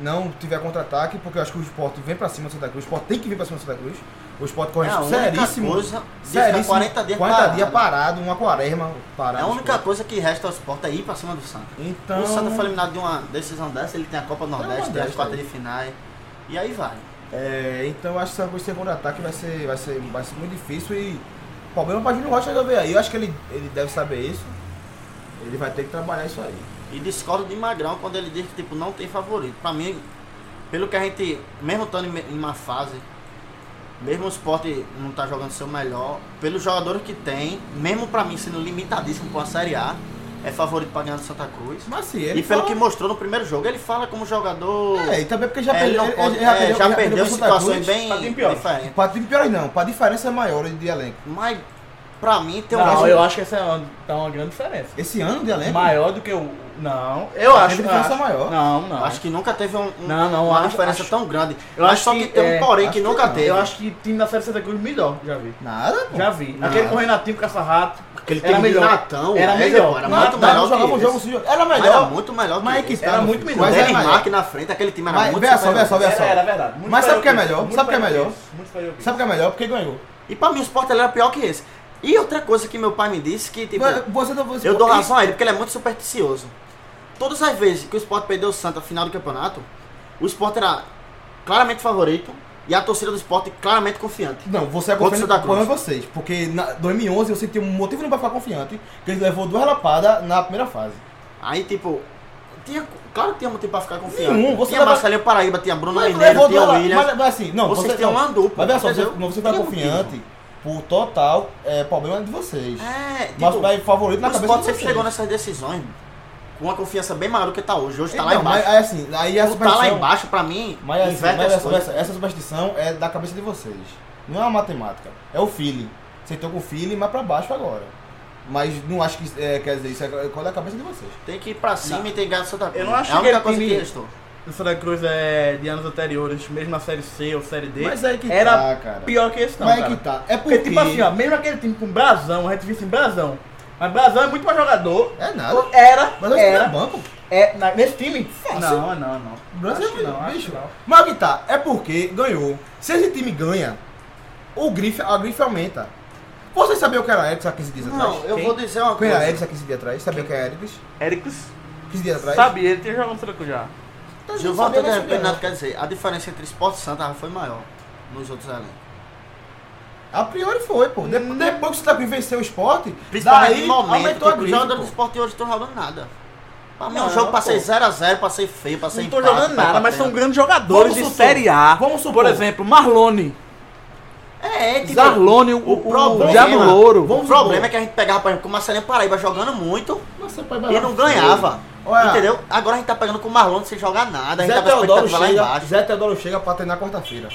não tiver contra-ataque, porque eu acho que o Sport vem pra cima do Santa Cruz, o Sport tem que vir pra cima do Santa Cruz. O Sport corre É a única seríssimo. coisa de ficar seríssimo. 40 dias 40 parado. né? dias parado, uma quaresma É parado. a única Sport. coisa que resta ao esporte é ir pra cima do Santa. Então, O Santa foi eliminado de uma decisão dessa, ele tem a Copa do Nordeste, tem as Nordeste, é. quartas aí. de finais. E aí vai. é, então eu acho que o Santa Cruz segundo ataque vai ser, vai ser, vai ser muito difícil e problema pra Júnior Rocha resolver aí. Eu acho que ele, ele deve saber isso. Ele vai ter que trabalhar isso aí. E discordo de Magrão quando ele diz que tipo, não tem favorito. Pra mim, pelo que a gente, mesmo estando em me- em uma fase, mesmo o esporte não tá jogando seu melhor, pelos jogadores que tem, mesmo pra mim sendo limitadíssimo com a Série A, é favorito pra ganhar do Santa Cruz. Mas assim, ele e pelo fala- que mostrou no primeiro jogo, ele fala como jogador. É, e também porque já É, ele perdeu, não ele- pode- ele já é, perdeu, já já perdeu perdeu pro Santa situações Cruz. bem tá bem pior. diferentes. Pra time pior não, pra diferença é maior de elenco. Mas, pra mim, tem um Não, jogo- eu acho que essa é uma, tá uma grande diferença. Esse ano de elenco. Maior do que o. Não, eu Teve acho. diferença acho. maior. Não, não. Acho que nunca teve um, um- Não, não, uma acho- diferença acho- tão grande. eu mas acho só que, que- tem é, um porém que, acho que nunca não. teve. Eu acho que time da Série Santa Cruz melhor, já vi. Nada, pô. Já vi. Não. Aquele com o Renatinho, com o Caçarrato. Aquele era time de melhor. Natão, era velho, melhor. era Não, muito não, melhor jogava que um jogo esse. se Era Mas era melhor. muito melhor que Mas é esse. que tá, Era meu muito filho. melhor. Mas O era Denmark maior. é na frente, aquele time era Mas muito vê É, só, superior. vê só, vê Era, só. era verdade. Muito Mas sabe o que é superior melhor? isso, Sabe o que é muito melhor? superior isso, Muito superior isso. Sabe o que é melhor? Porque ganhou. E pra mim o Sport ele era pior que esse. E outra coisa que meu pai me disse que, tipo, Mas Você não você- eu dou razão a ele, porque ele é muito supersticioso. Todas as vezes que o Sport perdeu o Santa na final do campeonato, o Sport era claramente favorito e a torcida do Sport claramente confiante. Não, você é Contra o confiante Santa Cruz. com vocês. Porque em 2011 eu senti um motivo não pra ficar confiante, que ele levou duas lapadas na primeira fase. Aí, tipo, tinha, claro que tinha motivo pra ficar confiante. Nenhum, você tinha leva- Marcelinho Paraíba, tinha Bruno Mas Mineiro, levou tinha duas la- William. Mas, mas assim, não, Vocês você têm uma um dupla, Mas vê só, você, entendeu? não, você ficar Tem confiante por total é, problema de vocês. É, Mas tipo, vai favorito na o cabeça de Sport vocês. sempre chegou nessas decisões com uma confiança bem maior do que tá hoje. Hoje tá lá Então, embaixo. Mas, aí, assim, aí a Tu tá lá superstição- embaixo, pra mim, Mas, assim, inverte mas as essa, coisas. essa, essa superstição é da cabeça de vocês. Não é uma matemática. É o feeling. Você tocou o feeling, mas pra baixo agora. Mas não acho que é, quer dizer isso. É qual é a cabeça de vocês? Tem que ir pra cima e tem que ganhar Santa Cruz. Eu não acho é a que única ele coisa tem que que- restou. O Santa Cruz é de anos anteriores, mesmo na Série C ou Série D. Mas é aí que era tá, cara. pior que esse não, mas é cara. que tá. É porque, Porque, tipo assim, ó, mesmo aquele time com Brasão, a gente viu assim, Brasão. Mas Brasão é muito mais jogador. É nada. Era, Mas eu era era, banco. é, na- nesse time? Não, não, não. O Brasil Acho que é não, não, acho bicho. que não. Mas o que tá, é porque ganhou. Se esse time ganha, o grife, a grife aumenta. Vocês sabiam o que era Erics há 15 dias atrás? Não, eu Quem? vou dizer uma O que era coisa. Erics há 15 dias atrás? Sabia o que era Erics? Ericos, 15 dias atrás? sabia, ele tinha jogado no Santa Cruz já. Então, Eu não vou sabia, até não de sabia, repente, não. nada, quer dizer, a diferença entre Esporte e Santa foi maior nos outros elencos. A priori foi, pô. De- Depois que o Santa Cruz venceu o esporte, Principalmente daí no momento aumentou a que os briga, jogadores do pô. esporte hoje estão jogando nada. Pra mim é um Não, jogo passei pô. 0x0, passei feio, passei Não tô empate, jogando vai nada, pra mas pênalti. são grandes jogadores de Vamos supor. Série A. Vamos Por supor. exemplo, Marlone. É, tipo, Zarlone, o, o o, problema- é o Diabo Louro. o problema é que a gente pegava, por exemplo, com o Marcelinho Paraíba jogando muito Nossa, pai, vai e lá. não ganhava. Olha, Entendeu? Agora a gente tá pegando com o Marlon sem jogar nada, a gente Zé tava Teodoro, expectativa lá chega, embaixo. Zé Teodoro chega pra treinar quarta-feira.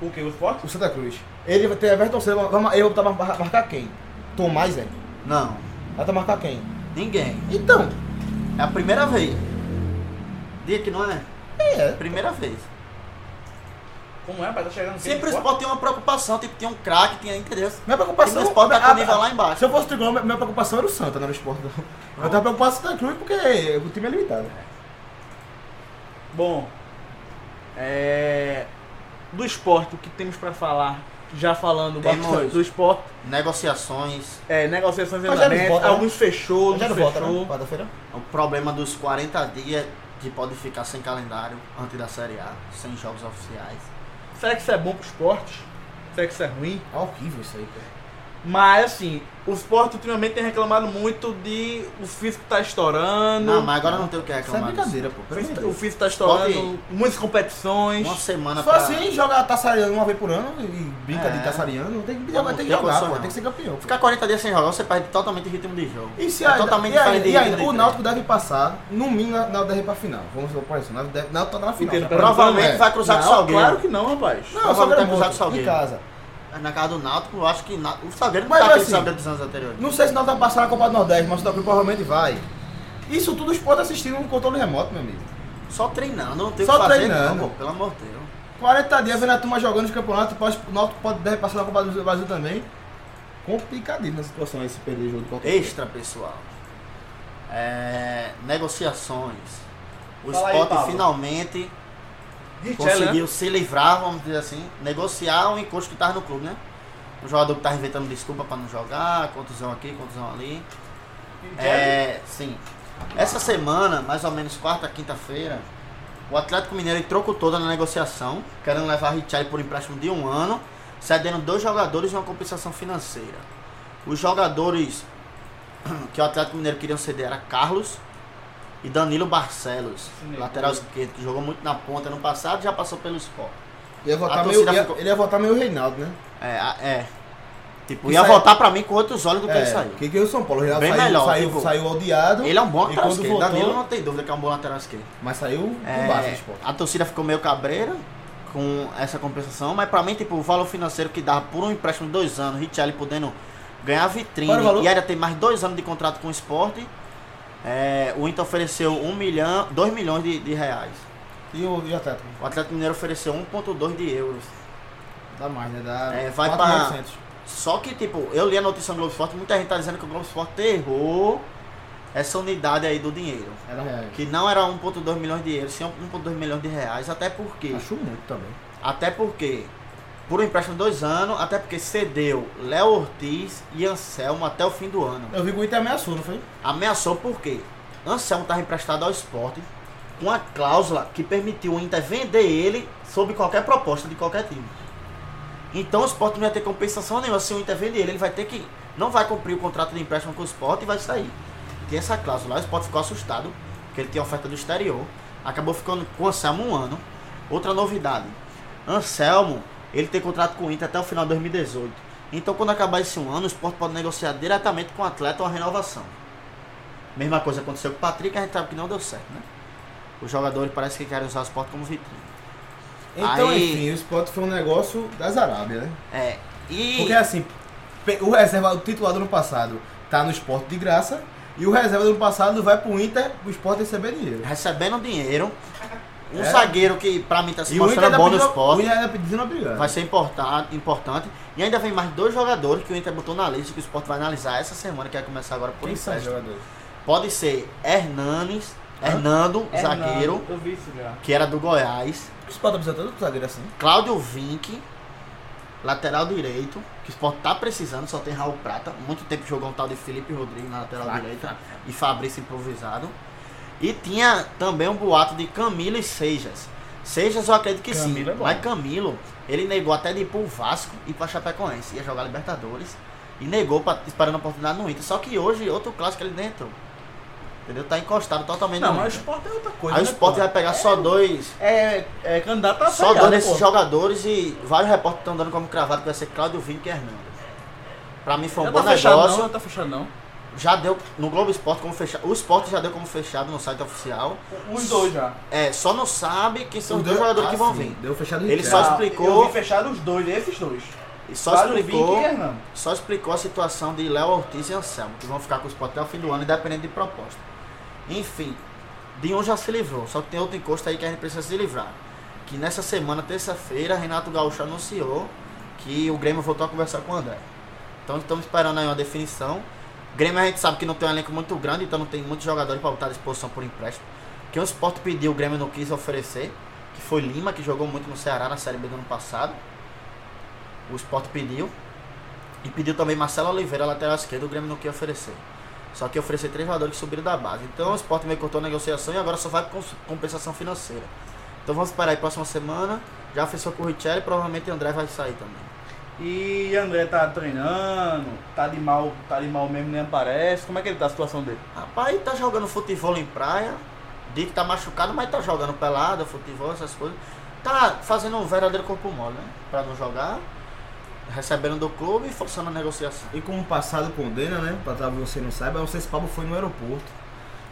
O que? O esporte? O Santa Cruz. Ele vai ter Everton Senna, vai mar- ele vai botar mar- marcar quem? Tomás, Zé. Não, Vai tá marcar quem? ninguém. Então, É a primeira vez. Dia que não é? é. Primeira vez. Como é, rapaz? Tá chegando Sempre o esporte tem uma preocupação, tipo, tem um craque, tem entendeu? Minha preocupação Tem dois pontos, a- tá com o a- nível lá embaixo. Se eu fosse tribunal, minha- minha preocupação era o Santa, não era o Sport. não. Eu tava preocupado com o Santa Cruz porque o time é limitado. Bom, é, do esporte, o que temos pra falar? Já falando Temos. bastante do esporte, Negociações, é, negociações em Mas já não andamento, volta, né? alguns fechou, Já não outros volta, fechou. né? Quarta-feira. o problema dos 40 dias de pode ficar sem calendário antes da Série A, sem jogos oficiais. Será que isso é bom pro esporte? Será que isso é ruim? É horrível isso aí, Tá cara. Mas assim, o esporte ultimamente tem reclamado muito de o físico tá estourando. Não, mas agora não tem o que Isso é reclamar. disso. brincadeira, pô. o pelo amor de físico- O Deus. físico tá estourando, Esporte- muitas competições. Uma semana Se for pra... assim, jogar taçariano uma vez por ano e brinca É. de taçariano, tem que Não jogar, tem que tem jogar, condição, pô. não. Tem que ser campeão. pô. Ficar 40 dias sem jogar, você perde totalmente o ritmo de jogo. E se é ainda, totalmente e ainda- diferente e de ainda, ritmo né? de o treino. Náutico deve passar, no mínimo, na- na deve pra final. Vamos supor isso, o Náutico deve- Náutico tá na final. Entendo, já. pera- Provavelmente É. vai cruzar com o Não, Salgueiro. claro que não, rapaz. Não, só Provavelmente quero vai usar muito, com o Salgueiro. em casa. Na casa do Náutico, eu acho que na- o Salgueiro não Mas, tá mas, aquele assim, Salgueiro dos anos anteriores. Não sei se o Náutico vai passar na Copa do Nordeste, mas o Náutico provavelmente vai. Isso tudo os podem assistindo no controle remoto, meu amigo. Só treinando, não tem o que Só fazer treinando. não, pô, pelo amor de Deus. 40 dias vendo a turma jogando os campeonatos, pode, o Náutico pode, deve passar na Copa do Brasil também. Complicadinho na situação aí se perder jogo de Copa do Extra, pessoal. É, negociações. O Fala aí, Sport Pablo. finalmente Richelli, né? conseguiu se livrar, vamos dizer assim, negociar o encosto que tava no clube, né? O jogador que tava inventando desculpa pra não jogar, contusão aqui, contusão ali. né? É, sim. Essa semana, mais ou menos quarta, quinta-feira, o Atlético Mineiro entrou com toda na negociação, querendo levar Richelli por empréstimo de um ano, cedendo dois jogadores e uma compensação financeira. Os jogadores (clears throat) que o Atlético Mineiro queria ceder era Carlos e Danilo Barcelos, né? Sim, lateral sim. esquerdo, que jogou muito na ponta no passado e já passou pelo Sport. Ia votar A meio, torcida ia- ficou- Ele ia votar meio Reinaldo, né? É, a- é. Tipo, Que ia sai- voltar pra mim com outros olhos do que ele saiu. É, que, que o São Paulo? O Reinaldo Bem saiu, melhor, saiu, tipo, saiu odiado, Ele é um bom E lateral quando esquerdo. voltou- Danilo não tem dúvida que é um bom lateral esquerdo. mas saiu É, por baixo do esporte. a torcida ficou meio cabreira com essa compensação, mas pra mim, tipo, o valor financeiro que dava por um empréstimo de dois anos, Richelli podendo ganhar vitrine Qual era o valor? e ainda tem mais dois anos de contrato com o esporte, é, o Inter ofereceu um milhão, 2 milhões de, de reais. E o, e o Atlético? O Atlético Mineiro ofereceu 1,2 de euros. Dá mais, né? Dá É, vai 4.900. Só que, tipo, eu li a notícia no Globo Esporte, muita gente tá dizendo que o Globo Esporte errou essa unidade aí do dinheiro. Era reais. Que não era 1,2 milhões de euros, sim 1,2 milhões de reais, até porque. Acho muito também. Até porque, por um empréstimo de dois anos, até porque cedeu Léo Ortiz e Anselmo até o fim do ano. Eu vi que o Inter ameaçou, não foi? Ameaçou por quê? Anselmo estava emprestado ao esporte com a cláusula que permitiu o Inter vender ele sob qualquer proposta de qualquer time. Então o esporte não ia ter compensação nenhuma se o Inter vender ele, ele vai ter que. Não vai cumprir o contrato de empréstimo com o esporte e vai sair. Tem essa cláusula. O esporte ficou assustado, porque ele tinha oferta do exterior. Acabou ficando com o Anselmo um ano. Outra novidade. Anselmo, ele tem contrato com o Inter até o final de 2018. Então quando acabar esse um ano, o esporte pode negociar diretamente com o atleta uma renovação. Mesma coisa aconteceu com o Patrick, a gente sabe que não deu certo, né? Os jogadores parece que querem usar o esporte como vitrine. Então, Aí- enfim, o esporte foi um negócio das Arábia, né? É. E. Porque assim, pe- o reserva, o titular do ano passado tá no esporte de graça e o reserva do ano passado vai pro Inter, o esporte receber dinheiro. recebendo dinheiro. Um É. zagueiro que pra mim tá se E o Inter mostrando ainda bom no pedindo- o esporte. Inter ainda pedindo obrigado. Vai ser importante, importante. E ainda vem mais dois jogadores que o Inter botou na lista, que o Sport vai analisar essa semana, que vai começar agora por Quem são os empréstimo. jogadores? Pode ser Hernanes, Hernando, né? zagueiro, Eu vi isso já. que era do Goiás. O esporte tá precisando tanto zagueiro assim. Cláudio Vinck, lateral direito, que o Sport tá precisando, só tem Raul Prata. Muito tempo jogou um tal de Felipe Rodrigues na lateral direita e Fabrício improvisado. E tinha também um boato de Camilo e Seijas. Seixas eu acredito que sim. Camilo é bom. Mas Camilo, ele negou até de ir pro Vasco e pra Chapecoense. Ia jogar Libertadores. E negou pra, esperando a oportunidade no Inter. Só que hoje, outro clássico ele nem entrou. Entendeu? Tá encostado totalmente Não, no mas o Inter. esporte é outra coisa. Aí o né, Sport porra? vai pegar só dois. é, é candidato a Só falhar, dando né, esses porra? jogadores e vários repórteres estão dando como cravado que vai ser Cláudio Vinho e Hernando. Pra mim foi um Não bom tá fechado negócio. não, não tá fechado não. Já deu no Globo Esporte como fechado. O Esporte já deu como fechado no site oficial. Os dois já. É, só não sabe quem são os Os dois jogadores ah, que vão sim, vir. Deu fechado Ele interno. só Ah, explicou- Eu vi fechado os dois, esses dois. E só Fábio explicou. é Vinck e Hernando. só explicou a situação de Léo Ortiz e Anselmo, que vão ficar com o esporte até o fim do ano, independente de proposta. Enfim, de um já se livrou, só que tem outro encosto aí que a gente precisa se livrar. Que nessa semana, terça-feira, Renato Gaúcho anunciou que o Grêmio voltou a conversar com o André. Então estamos esperando aí uma definição. O Grêmio a gente sabe que não tem um elenco muito grande, então não tem muitos jogadores para botar à disposição por empréstimo. Que o Sport pediu, o Grêmio não quis oferecer, que foi Lima, que jogou muito no Ceará na Série B do ano passado. O Sport pediu. E pediu também Marcelo Oliveira, lateral esquerdo, o Grêmio não quer oferecer. Só que oferecer três jogadores que subiram da base. Então o Sport meio cortou a negociação e agora só vai com compensação financeira. Então vamos esperar aí próxima semana. Já ofereceu com o Richelli, provavelmente André vai sair também. E André tá treinando, tá de mal, tá de mal mesmo, nem aparece. Como é que ele tá a situação dele? Rapaz, tá jogando futebol em praia. Diz que tá machucado, mas tá jogando pelada, futebol, essas coisas. Tá fazendo um verdadeiro corpo mole, né? Pra não jogar. Recebendo do clube e forçando a negociação. E como o passado condena, né? Pra talvez você não saiba, o César Pablo foi no aeroporto.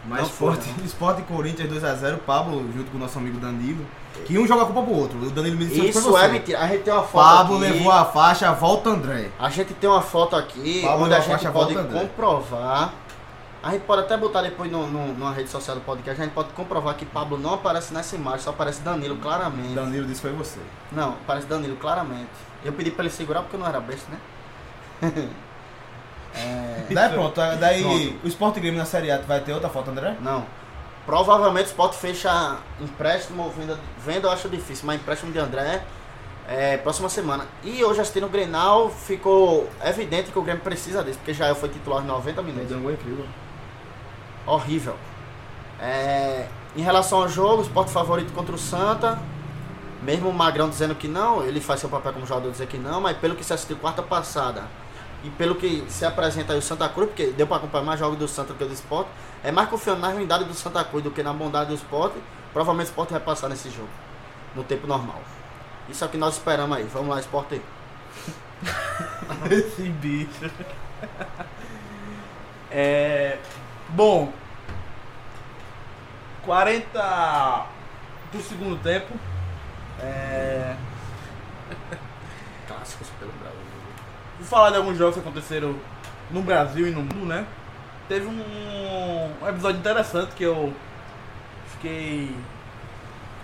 Mas Não foi, né? Sport, (laughs) Sport e Corinthians 2x0, Pablo, junto com o nosso amigo Danilo. Que um joga a culpa pro outro. O Danilo me disse Isso é mentira. A gente tem uma foto. Pablo aqui. levou a faixa, volta André. A gente tem uma foto aqui Pablo onde a Lacoste, gente a pode volta, André. comprovar. A gente pode até botar depois no, no- numa rede social do podcast. A gente pode comprovar que Pablo não aparece nessa imagem, só aparece Danilo claramente. Danilo disse foi você. Não, aparece Danilo claramente. Eu pedi pra ele segurar porque eu não era besta, né? Daí É. pronto, daí o Sport e Grêmio na Série A vai ter outra foto, André? Não. Provavelmente o Sport fecha empréstimo ou venda, venda eu acho difícil, mas empréstimo de André é, próxima semana. E hoje assistindo o Grenal ficou evidente que o Grêmio precisa disso, porque Jael foi titular em 90 minutos. um gol incrível. horrível. É, em relação ao jogo, o esporte favorito contra o Santa, mesmo o Magrão dizendo que não, ele faz seu papel como jogador dizer que não, mas pelo que se assistiu quarta passada e pelo que se apresenta aí o Santa Cruz, porque deu para acompanhar mais jogos do Santa do que do esporte, é mais confiando na ruindade do Santa Cruz do que na bondade do esporte. Provavelmente o esporte vai passar nesse jogo, no tempo normal. Isso é o que nós esperamos aí. Vamos lá, esporte. Esse bicho. É. Bom. 40 do segundo tempo. É. (laughs) Clássicos pelo Brasil. Vou falar de alguns jogos que aconteceram no Brasil e no mundo, né? Teve um, um episódio interessante que eu fiquei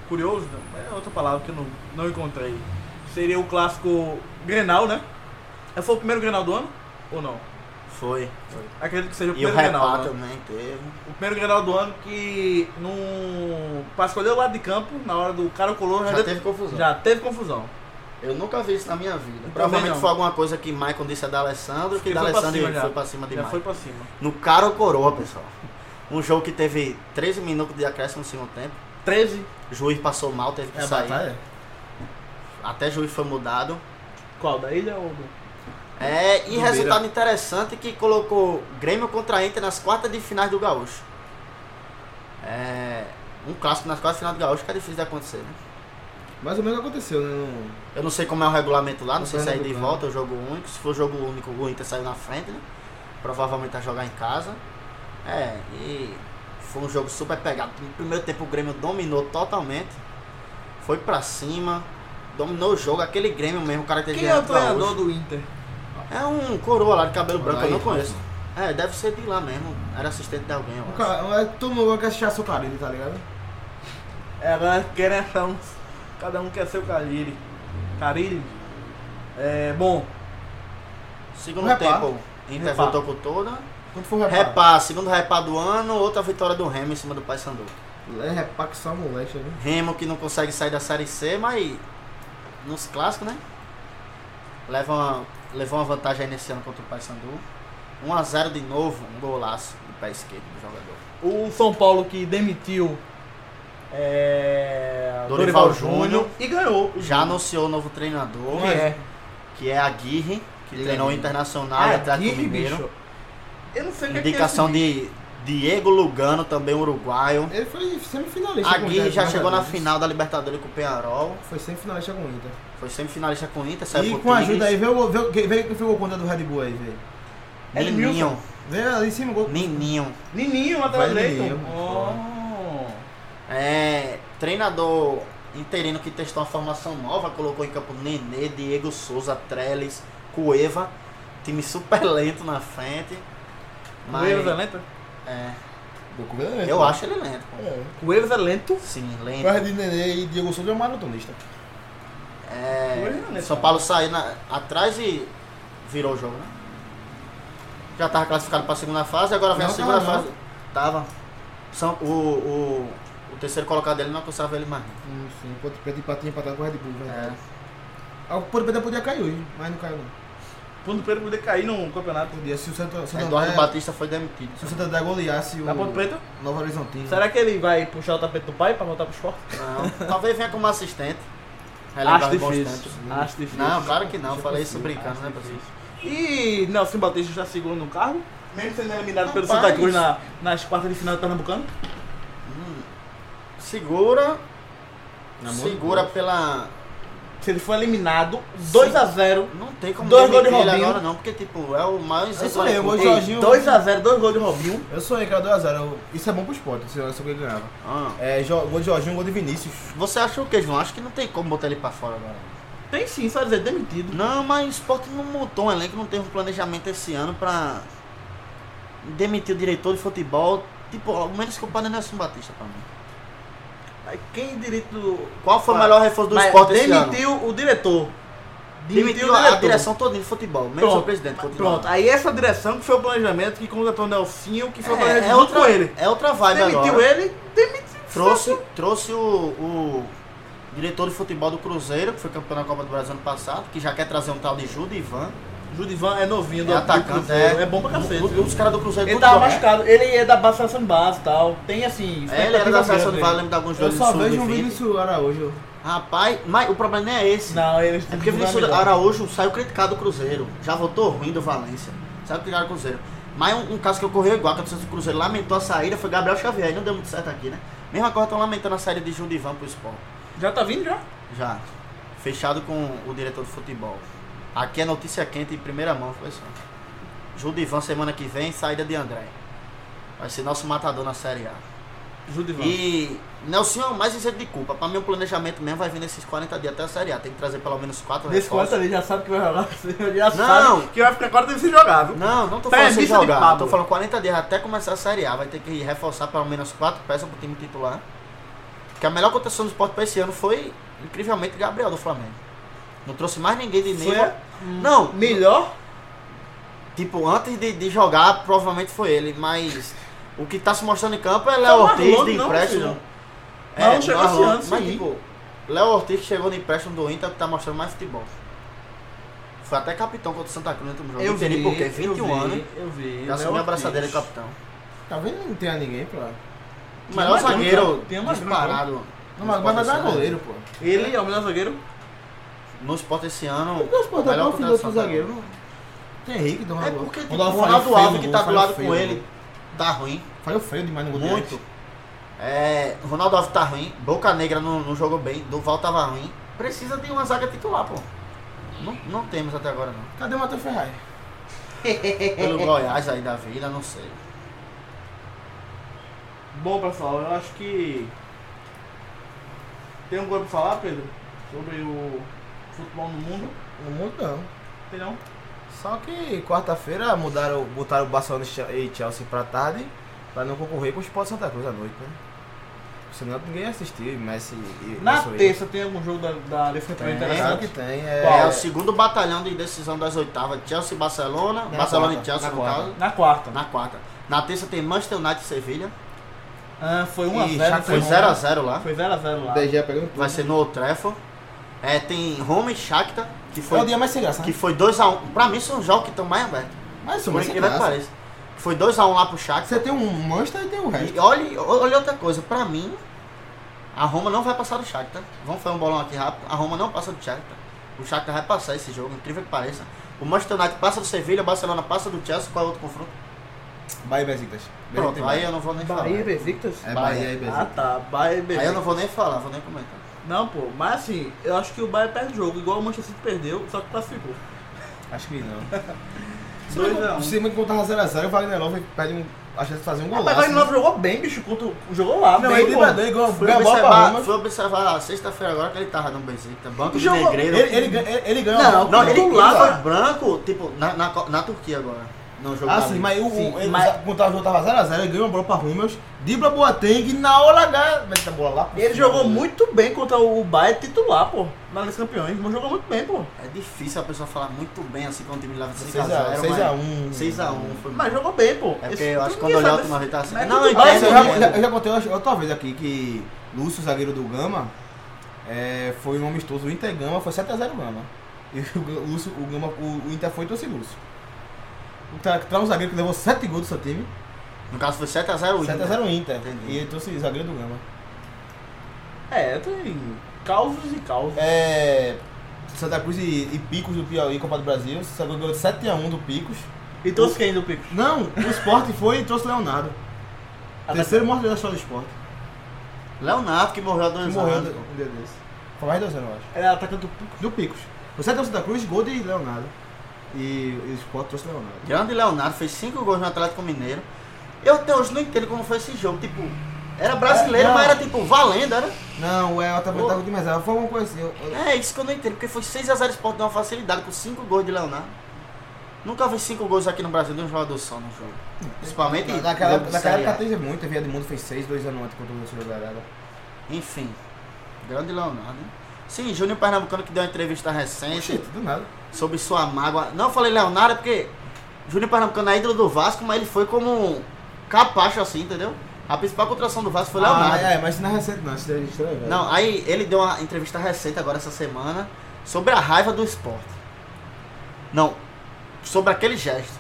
curioso, né? é outra palavra que eu não, não encontrei. Seria o clássico Grenal, né? É, Foi o primeiro Grenal do ano? Ou não? Foi. Acredito que seja o E o primeiro Grenal. repá né? também teve. O primeiro Grenal do ano que não. Pra escolher o lado de campo, na hora do cara colou, já, Já deu- teve confusão. já teve confusão. Eu nunca vi isso na minha vida. Também Provavelmente não. foi alguma coisa que Michael disse a da Alessandro, Então que Ele da foi pra Alessandro cima já. foi pra cima de Já Michael. foi pra cima. No cara ou coroa, pessoal. Um jogo que teve 13 minutos de acréscimo no segundo tempo. 13 O juiz passou mal, teve que É a sair. batalha? Até juiz foi mudado. Qual? Da ilha ou do. É, e Do resultado interessante que colocou Grêmio contra Inter nas quartas de finais do Gaúcho. É, um clássico nas quartas de finais do Gaúcho que é difícil de acontecer, né? Mais ou menos aconteceu, né? No- Eu não sei como é o regulamento lá, não sei se é de Pernambucano. volta ou jogo único. Se for jogo único, o Inter saiu na frente, né? Provavelmente vai jogar em casa. É, e foi um jogo super pegado. No primeiro tempo o Grêmio dominou totalmente. Foi pra cima, dominou o jogo, aquele Grêmio mesmo, o cara que Quem é o Renato Gaúcho. treinador do Inter? É um coroa lá de cabelo branco, eu Olha não aí, conheço. É, deve ser de lá mesmo. Era assistente de alguém, O eu acho. cara, é- todo mundo quer assistir a sua carinha, tá ligado? Ela quer É, achar um. Cada um quer seu Carilli. Carilli? É. Bom, Segundo é Repá. tempo, Inter Repá. voltou com toda. Quando é foi o repá? Repá, segundo repá do ano, outra vitória do Remo em cima do Paysandu. É repá que só né? molesta, viu? Remo que não consegue sair da Série C, mas nos clássicos, né? Leva uma, levou uma vantagem aí nesse ano contra o Paysandu. 1x0 de um novo, um golaço do pé esquerdo do jogador. o São Paulo que demitiu é, Dorival Dorival Júnior e ganhou. Uhum. Já tá anunciou o novo treinador, Quem é? que é Aguirre, que treinou o É, Internacional e Ah, Atlético Aguirre, Mineiro. bicho. Eu não sei o que é que é Indicação esse de Diego Lugano, também uruguaio. Ele foi semifinalista. é com o Aguirre Inter, já chegou na Libertadores. final da Libertadores com o Penharol. Foi semifinalista com o Inter. Foi semifinalista com o Inter, saiu e pro com a Tigres. ajuda aí, vê, o- vê, o- vê, vê quem foi o conta do Red Bull aí, vê. Nininho, Vê ali em cima o gol. Nininho. Nininho, Vai lateral direito. Nininho, mano. Oh. É, treinador interino que testou uma formação nova, colocou em campo Nenê, Diego Souza, Trellis, Cueva. Time super lento na frente. Mas, Cuevas é né? lento? é, Gol. eu acho ele lento. pô. É. Cuevas é lento. Sim, lento. Guarda de Nenê e Diego Souza é um maratonista. É, é Olha, né? São Paulo saiu na- atrás e virou o jogo, né? Já tava classificado pra segunda fase, agora vem a Não, segunda tava não. fase. Tava. São, o, o, o terceiro colocado dele não alcançava ele mais. Sim, sim. O Ponte Preta empatou empatado com o Red Bull, É. verdade. Ah, O Ponte Preta podia cair hoje, mas não caiu não. Ponto Preto poder cair no campeonato. Podia, se o Santo, Santo Eduardo André, Batista foi demitido. se o Santo André goleasse o Na Ponte Preta? Nova Horizontino. Será que ele vai puxar o tapete do pai pra voltar pro esporte? Não, talvez venha como assistente. Relembrar Acho os bons difícil. tempos. Acho difícil. Não, claro que não. Falei isso brincando, né, pessoal? E Nelson Batista está seguro no carro? Mesmo sendo eliminado pelo Rapaz. Santa Cruz na, nas quartas de final do Pernambucano? Segura. Na mão do Segura pela. Se ele for eliminado, 2x0. Não tem como Dois gols de demitir ele Robinho. agora, não, porque, tipo, é o maior Eu incentivo. sonhei, o Jorginho... 2x0, dois gols de Robinho. Eu sonhei que era 2x0. eu- Isso é bom pro esporte, se eu soubesse que ganhava. É, jo- gol de Jorginho, gol de Vinícius. ah, Você acha o que, João? Acho que não tem como botar ele pra fora agora. Tem sim, só dizer, demitido. Não, mas o Sport não montou um elenco, não teve um planejamento esse ano pra demitir o diretor de futebol. Tipo, ao menos que o padre Nelson Batista pra mim. Mas Quem direito do. Qual foi o melhor reforço do Mas Sport esse ano? Demitiu o diretor. Demitiu a direção toda de futebol, menos Pronto, o presidente. continua. Pronto, aí essa direção que foi o planejamento que contratou o Nelsinho, que foi o É, planejamento é junto outra, com ele. é outra vibe Demitiu agora. ele, demitiu. Trouxe, trouxe o, o diretor de futebol do Cruzeiro, que foi campeão da Copa do Brasil ano passado, que já quer trazer um tal de Judo Ivan. Judivan é novinho do É atacante, Cruzeiro, é. é bom pra cacete. O- Os caras do Cruzeiro Ele tudo tava bom. machucado, ele é da base seleção de base e tal. Tem assim. É, ele era da seleção expectativa de vale, grande. lembro de alguns Eu jogos só do vejo um Sub-20. Vinícius Araújo. Rapaz, mas o problema nem é esse. Não, ele É porque Vinícius Araújo saiu criticado do Cruzeiro. Já votou ruim do Valência. Saiu criticado do Cruzeiro. Mas um, um caso que ocorreu igual, que aconteceu do Cruzeiro lamentou a saída, foi Gabriel Xavier. E Não deu muito certo aqui, né? Mesma coisa, estão lamentando a saída de Judivan pro esporte. Já tá vindo já? Já. Fechado com o diretor de futebol. Aqui é notícia quente em primeira mão, pessoal. Judivan semana que vem, saída de André. Vai ser nosso matador na Série A. Judivan. E Nelson é o mais isento de culpa. Pra meu planejamento mesmo vai vir nesses 40 dias até a Série A. Tem que trazer pelo menos 4 Nesse quarto ali já sabe que vai jogar. (laughs) assim, ele Já Não. sabe que vai ficar quarto deve ser jogável. Não, não tô Pé, falando sem missa de jogar. Pablo. Tô falando 40 dias até começar a Série A. Vai ter que reforçar pelo menos 4 peças pro time titular. Porque a melhor cotação do esporte pra esse ano foi, incrivelmente, Gabriel do Flamengo. Não trouxe mais ninguém de nível. Não, Melhor? Tipo, antes de, de jogar, provavelmente foi ele, mas o que tá se mostrando em campo é Léo Tá Ortiz Marlon, de não, empréstimo. É, filho. Marlon chegou esse Marlon, ano, Mas, sim. tipo, Léo Ortiz que chegou no empréstimo do Inter, que tá mostrando mais futebol. Foi até capitão contra o Santa Cruz no último jogo. não entendi por quê, 21 anos. Eu vi. é Já assumiu a abraçadeira de capitão. Tá vendo? Não tem ninguém pra... O Tem melhor uma grande, zagueiro tem uma grande, disparado. no Não, mas mas vai Sport dar esse ano. goleiro, pô. Ele é o melhor zagueiro. No Sport esse ano. Porque os portadores melhor não filham é outro contratação tá zagueiro. não? Tem Henrique, dá uma É boa. porque tipo, Vou o dar uma Ronaldo falha feia Alves no que gol, tá do falha lado feia com no ele gol. tá ruim. Falhou feio demais no gol Muito. dele. É, Ronaldo Alves tá ruim, Boca Negra não, não jogou bem, Duval tava ruim. Precisa de uma zaga titular, pô. Não, não temos até agora, não. Cadê o Matheus Ferrari? Pelo Goiás aí da vida, não sei. Bom, pessoal, eu acho que. Tem um coisa pra falar, Pedro? Sobre o futebol no mundo? Um No mundo não. Tem não? Só que quarta-feira mudaram, botaram o Barcelona e Chelsea pra tarde pra não concorrer com o Sport Santa Cruz à noite, né? Senão ninguém ia assistir, Messi e Na Messi e- terça tem algum jogo da, da Liga Campeã Tem, interessante? que tem. É, É, o segundo batalhão de decisão das oitavas. Chelsea e Barcelona. Na Barcelona quarta, e Chelsea, na no quarta. caso. tá Na quarta. Na quarta. Na terça tem Manchester United e Sevilha. Ah, foi Ih, 1x0. já Foi 0x0 lá. Foi 0x0 lá. DG pegando Vai ser no Old Trafford. É, tem Roma e Shakhtar, que Foi o foi, dia mais sem graça, né? que foi 2x1. Pra mim são jogos que estão mais abertos. Mas isso, é Por mas sem incrível que graça. pareça. Foi 2x1 lá pro Shakhtar. tá Você tem um Manchester e tem o resto. E olha, olha outra coisa, pra mim, A Roma não vai passar do Shakhtar. Vamos fazer um bolão aqui rápido. A Roma não passa do Shakhtar. O Shakhtar vai passar esse jogo, incrível que pareça. O Manchester United passa do Sevilha, o Barcelona passa do Chelsea. Qual é o outro confronto? Bahia e Besiktas. Pronto, aí eu não vou nem falar. Bahia e Besiktas? É Bahia e Ah Besiktas. tá, Bahia e Besiktas. Aí eu não vou nem falar, vou nem comentar. Não, pô, mas assim, eu acho que o Bahia perde o jogo, igual o Manchester City perdeu, só que classificou. Ah. Acho que (laughs) não. 2x1. Se me contar 0x0, o Wagner Love perde um- a chance de fazer um Mas o golaço. Wagner Love jogou bem, bicho, contra o- jogou lá, Não, bem, ele pô. driblador, igual Fui ganha a é bola pra observar, Roma. fui observar sexta-feira agora que ele tava no Benfica, banco de Jogou- negreiro. Ele, ele, ganha- ele, ele ganha a um- Não, bola. não, ele do lá lado. foi branco, tipo, na, na, Co- na Turquia agora. Não jogou. Ah, sim, mas o, né? Sim, o, ele, mas- quando tava- o jogo tava 0x0, ele ganhou a bola pra Rummels, dribla Boateng e na hora H mete a bola lá. pro Ele cima. jogou muito bem contra o Bahia titular, pô, na Liga dos Campeões, mas jogou muito bem, pô. É difícil a pessoa falar muito bem assim quando o time leva 6x0. 6x1. 6x1 foi Mas jogou bem, pô. É porque Esse- eu acho que quando ninguém olhar o sabe- última vez tá assim. Mas Não, tudo eu bem. Ah, isso, eu, já, entendo. né? já- eu já contei acho- outra vez aqui que Lúcio, zagueiro do Gama, é, foi um amistoso do Inter Gama, foi 7x0 Gama. E o, Ga- o Lúcio, o, Gama, o, o Inter foi e trouxe Lúcio. Então, Tá um zagueiro que levou 7 gols do seu time, No caso foi 7x0 o 7x0 Inter. né? o Inter. Entendi. E ele trouxe o zagueiro do Gama. É, tem causos e causos. É, Santa Cruz e, e Picos do Piauí, Copa do Brasil, Santa Cruz ganhou de 7x1 do Picos. E trouxe quem do Pico? Não, o Sport foi e trouxe Leonardo. Ah, tá. Terceiro morto da história do Sport. Leonardo que morreu há dois Que anos. morreu um dia desse. Foi mais de dois anos, eu acho. É tá atacante do Pico. Do Picos. O Sete um Santa Cruz, gol de Leonardo. E, e o Sport trouxe Leonardo. Grande Leonardo fez 5 gols no Atlético Mineiro. Eu até hoje não entendo como foi esse jogo. Tipo, era brasileiro, É, não. mas era tipo valendo, era. Não, é, eu tava Ô. tava de mais Foi uma coisa assim. eu- eu- É isso que eu não entendo, porque foi 6x0 Sport de uma facilidade com 5 gols de Leonardo. Nunca vi 5 gols aqui no Brasil de um jogador só no jogo. Principalmente na- naquela jogo de naquela Série A. época teve muito, teve Edmundo fez seis, dois anos antes contra o Lúcio Galera. Enfim, grande Leonardo. hein? Sim, Júnior Pernambucano que deu uma entrevista recente Oxi, do nada. sobre sua mágoa. Não eu falei Leonardo é porque Júnior Pernambucano é ídolo do Vasco, mas ele foi como um capacho assim, entendeu? A principal contração do Vasco foi Leonardo. Ah, é, mas isso não é recente não, isso daí é estranho. Não, aí ele deu uma entrevista recente agora essa semana sobre a raiva do esporte. Não, sobre aquele gesto.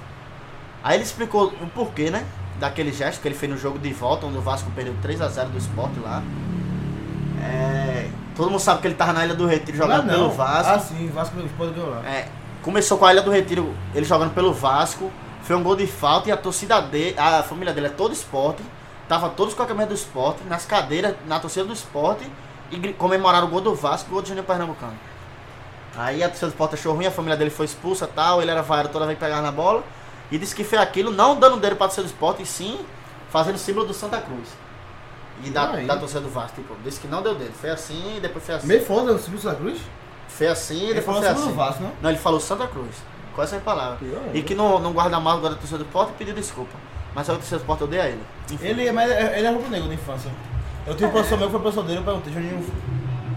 Aí ele explicou o porquê, né? Daquele gesto que ele fez no jogo de volta, onde o Vasco perdeu 3 a 0 do esporte lá. É, todo mundo sabe que ele tava na Ilha do Retiro Lá jogando pelo Vasco. Ah, sim, Vasco o Sport ganhou lá. É, começou com a Ilha do Retiro, ele jogando pelo Vasco. Foi um gol de falta e a torcida dele, a família dele é todo esporte. Tava todos com a camisa do esporte, nas cadeiras, na torcida do esporte. E gri- comemoraram o gol do Vasco e o gol do Juninho Pernambucano. Aí a torcida do esporte achou ruim, a família dele foi expulsa tal. Ele era vaiado toda vez que pegava na bola. E disse que foi aquilo, não dando dele pra torcida do esporte, e sim fazendo o símbolo do Santa Cruz. E da, Aí. da torcida do Vasco, tipo, disse que não deu dele. Foi assim, depois foi assim. Meio foda o Silvio Santa Cruz? Foi assim, Ele depois falou foi sobre o assim. Vasco, né? Não, ele falou Santa Cruz. Com essas palavras. Pior ainda. E que não, não guarda mal agora da torcida do Porto e pediu desculpa. Mas a torcida do Porto odeia ele. Enfim. Ele, mas é- ele é rubro negro da infância. Eu tive um professor meu que foi professor dele, eu perguntei, Juninho.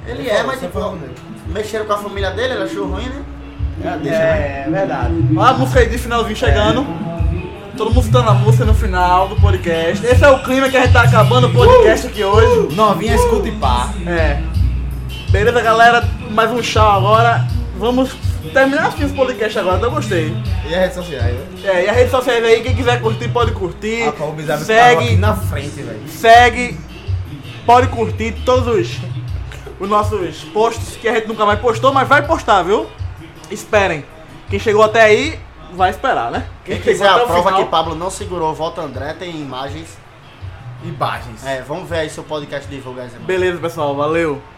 Ele é, mas Você tipo, foi rubro negro. mexeram com a família dele, ele achou ruim, né? É, é verdade. Olha a música aí de finalzinho chegando. Todo mundo citando a música no final do podcast. Esse é o clima que a gente tá acabando o podcast aqui hoje. Novinha, escuta e pá. É. Beleza, galera? Mais um tchau agora. Vamos terminar assim esse podcast agora, eu gostei. E as redes sociais, né? É, e a rede social aí, quem quiser curtir, pode curtir. Ah, pá, o Bizarro parou aqui segue, na frente, velho. segue, pode curtir todos os, os nossos posts que a gente nunca mais postou, mas vai postar, viu? Esperem. Quem chegou até aí, vai esperar, né? Quem chegou quiser até a o prova final- que Pablo não segurou, volta André, tem imagens. Imagens. É, vamos ver aí se o podcast divulga as imagens. Beleza, pessoal, valeu.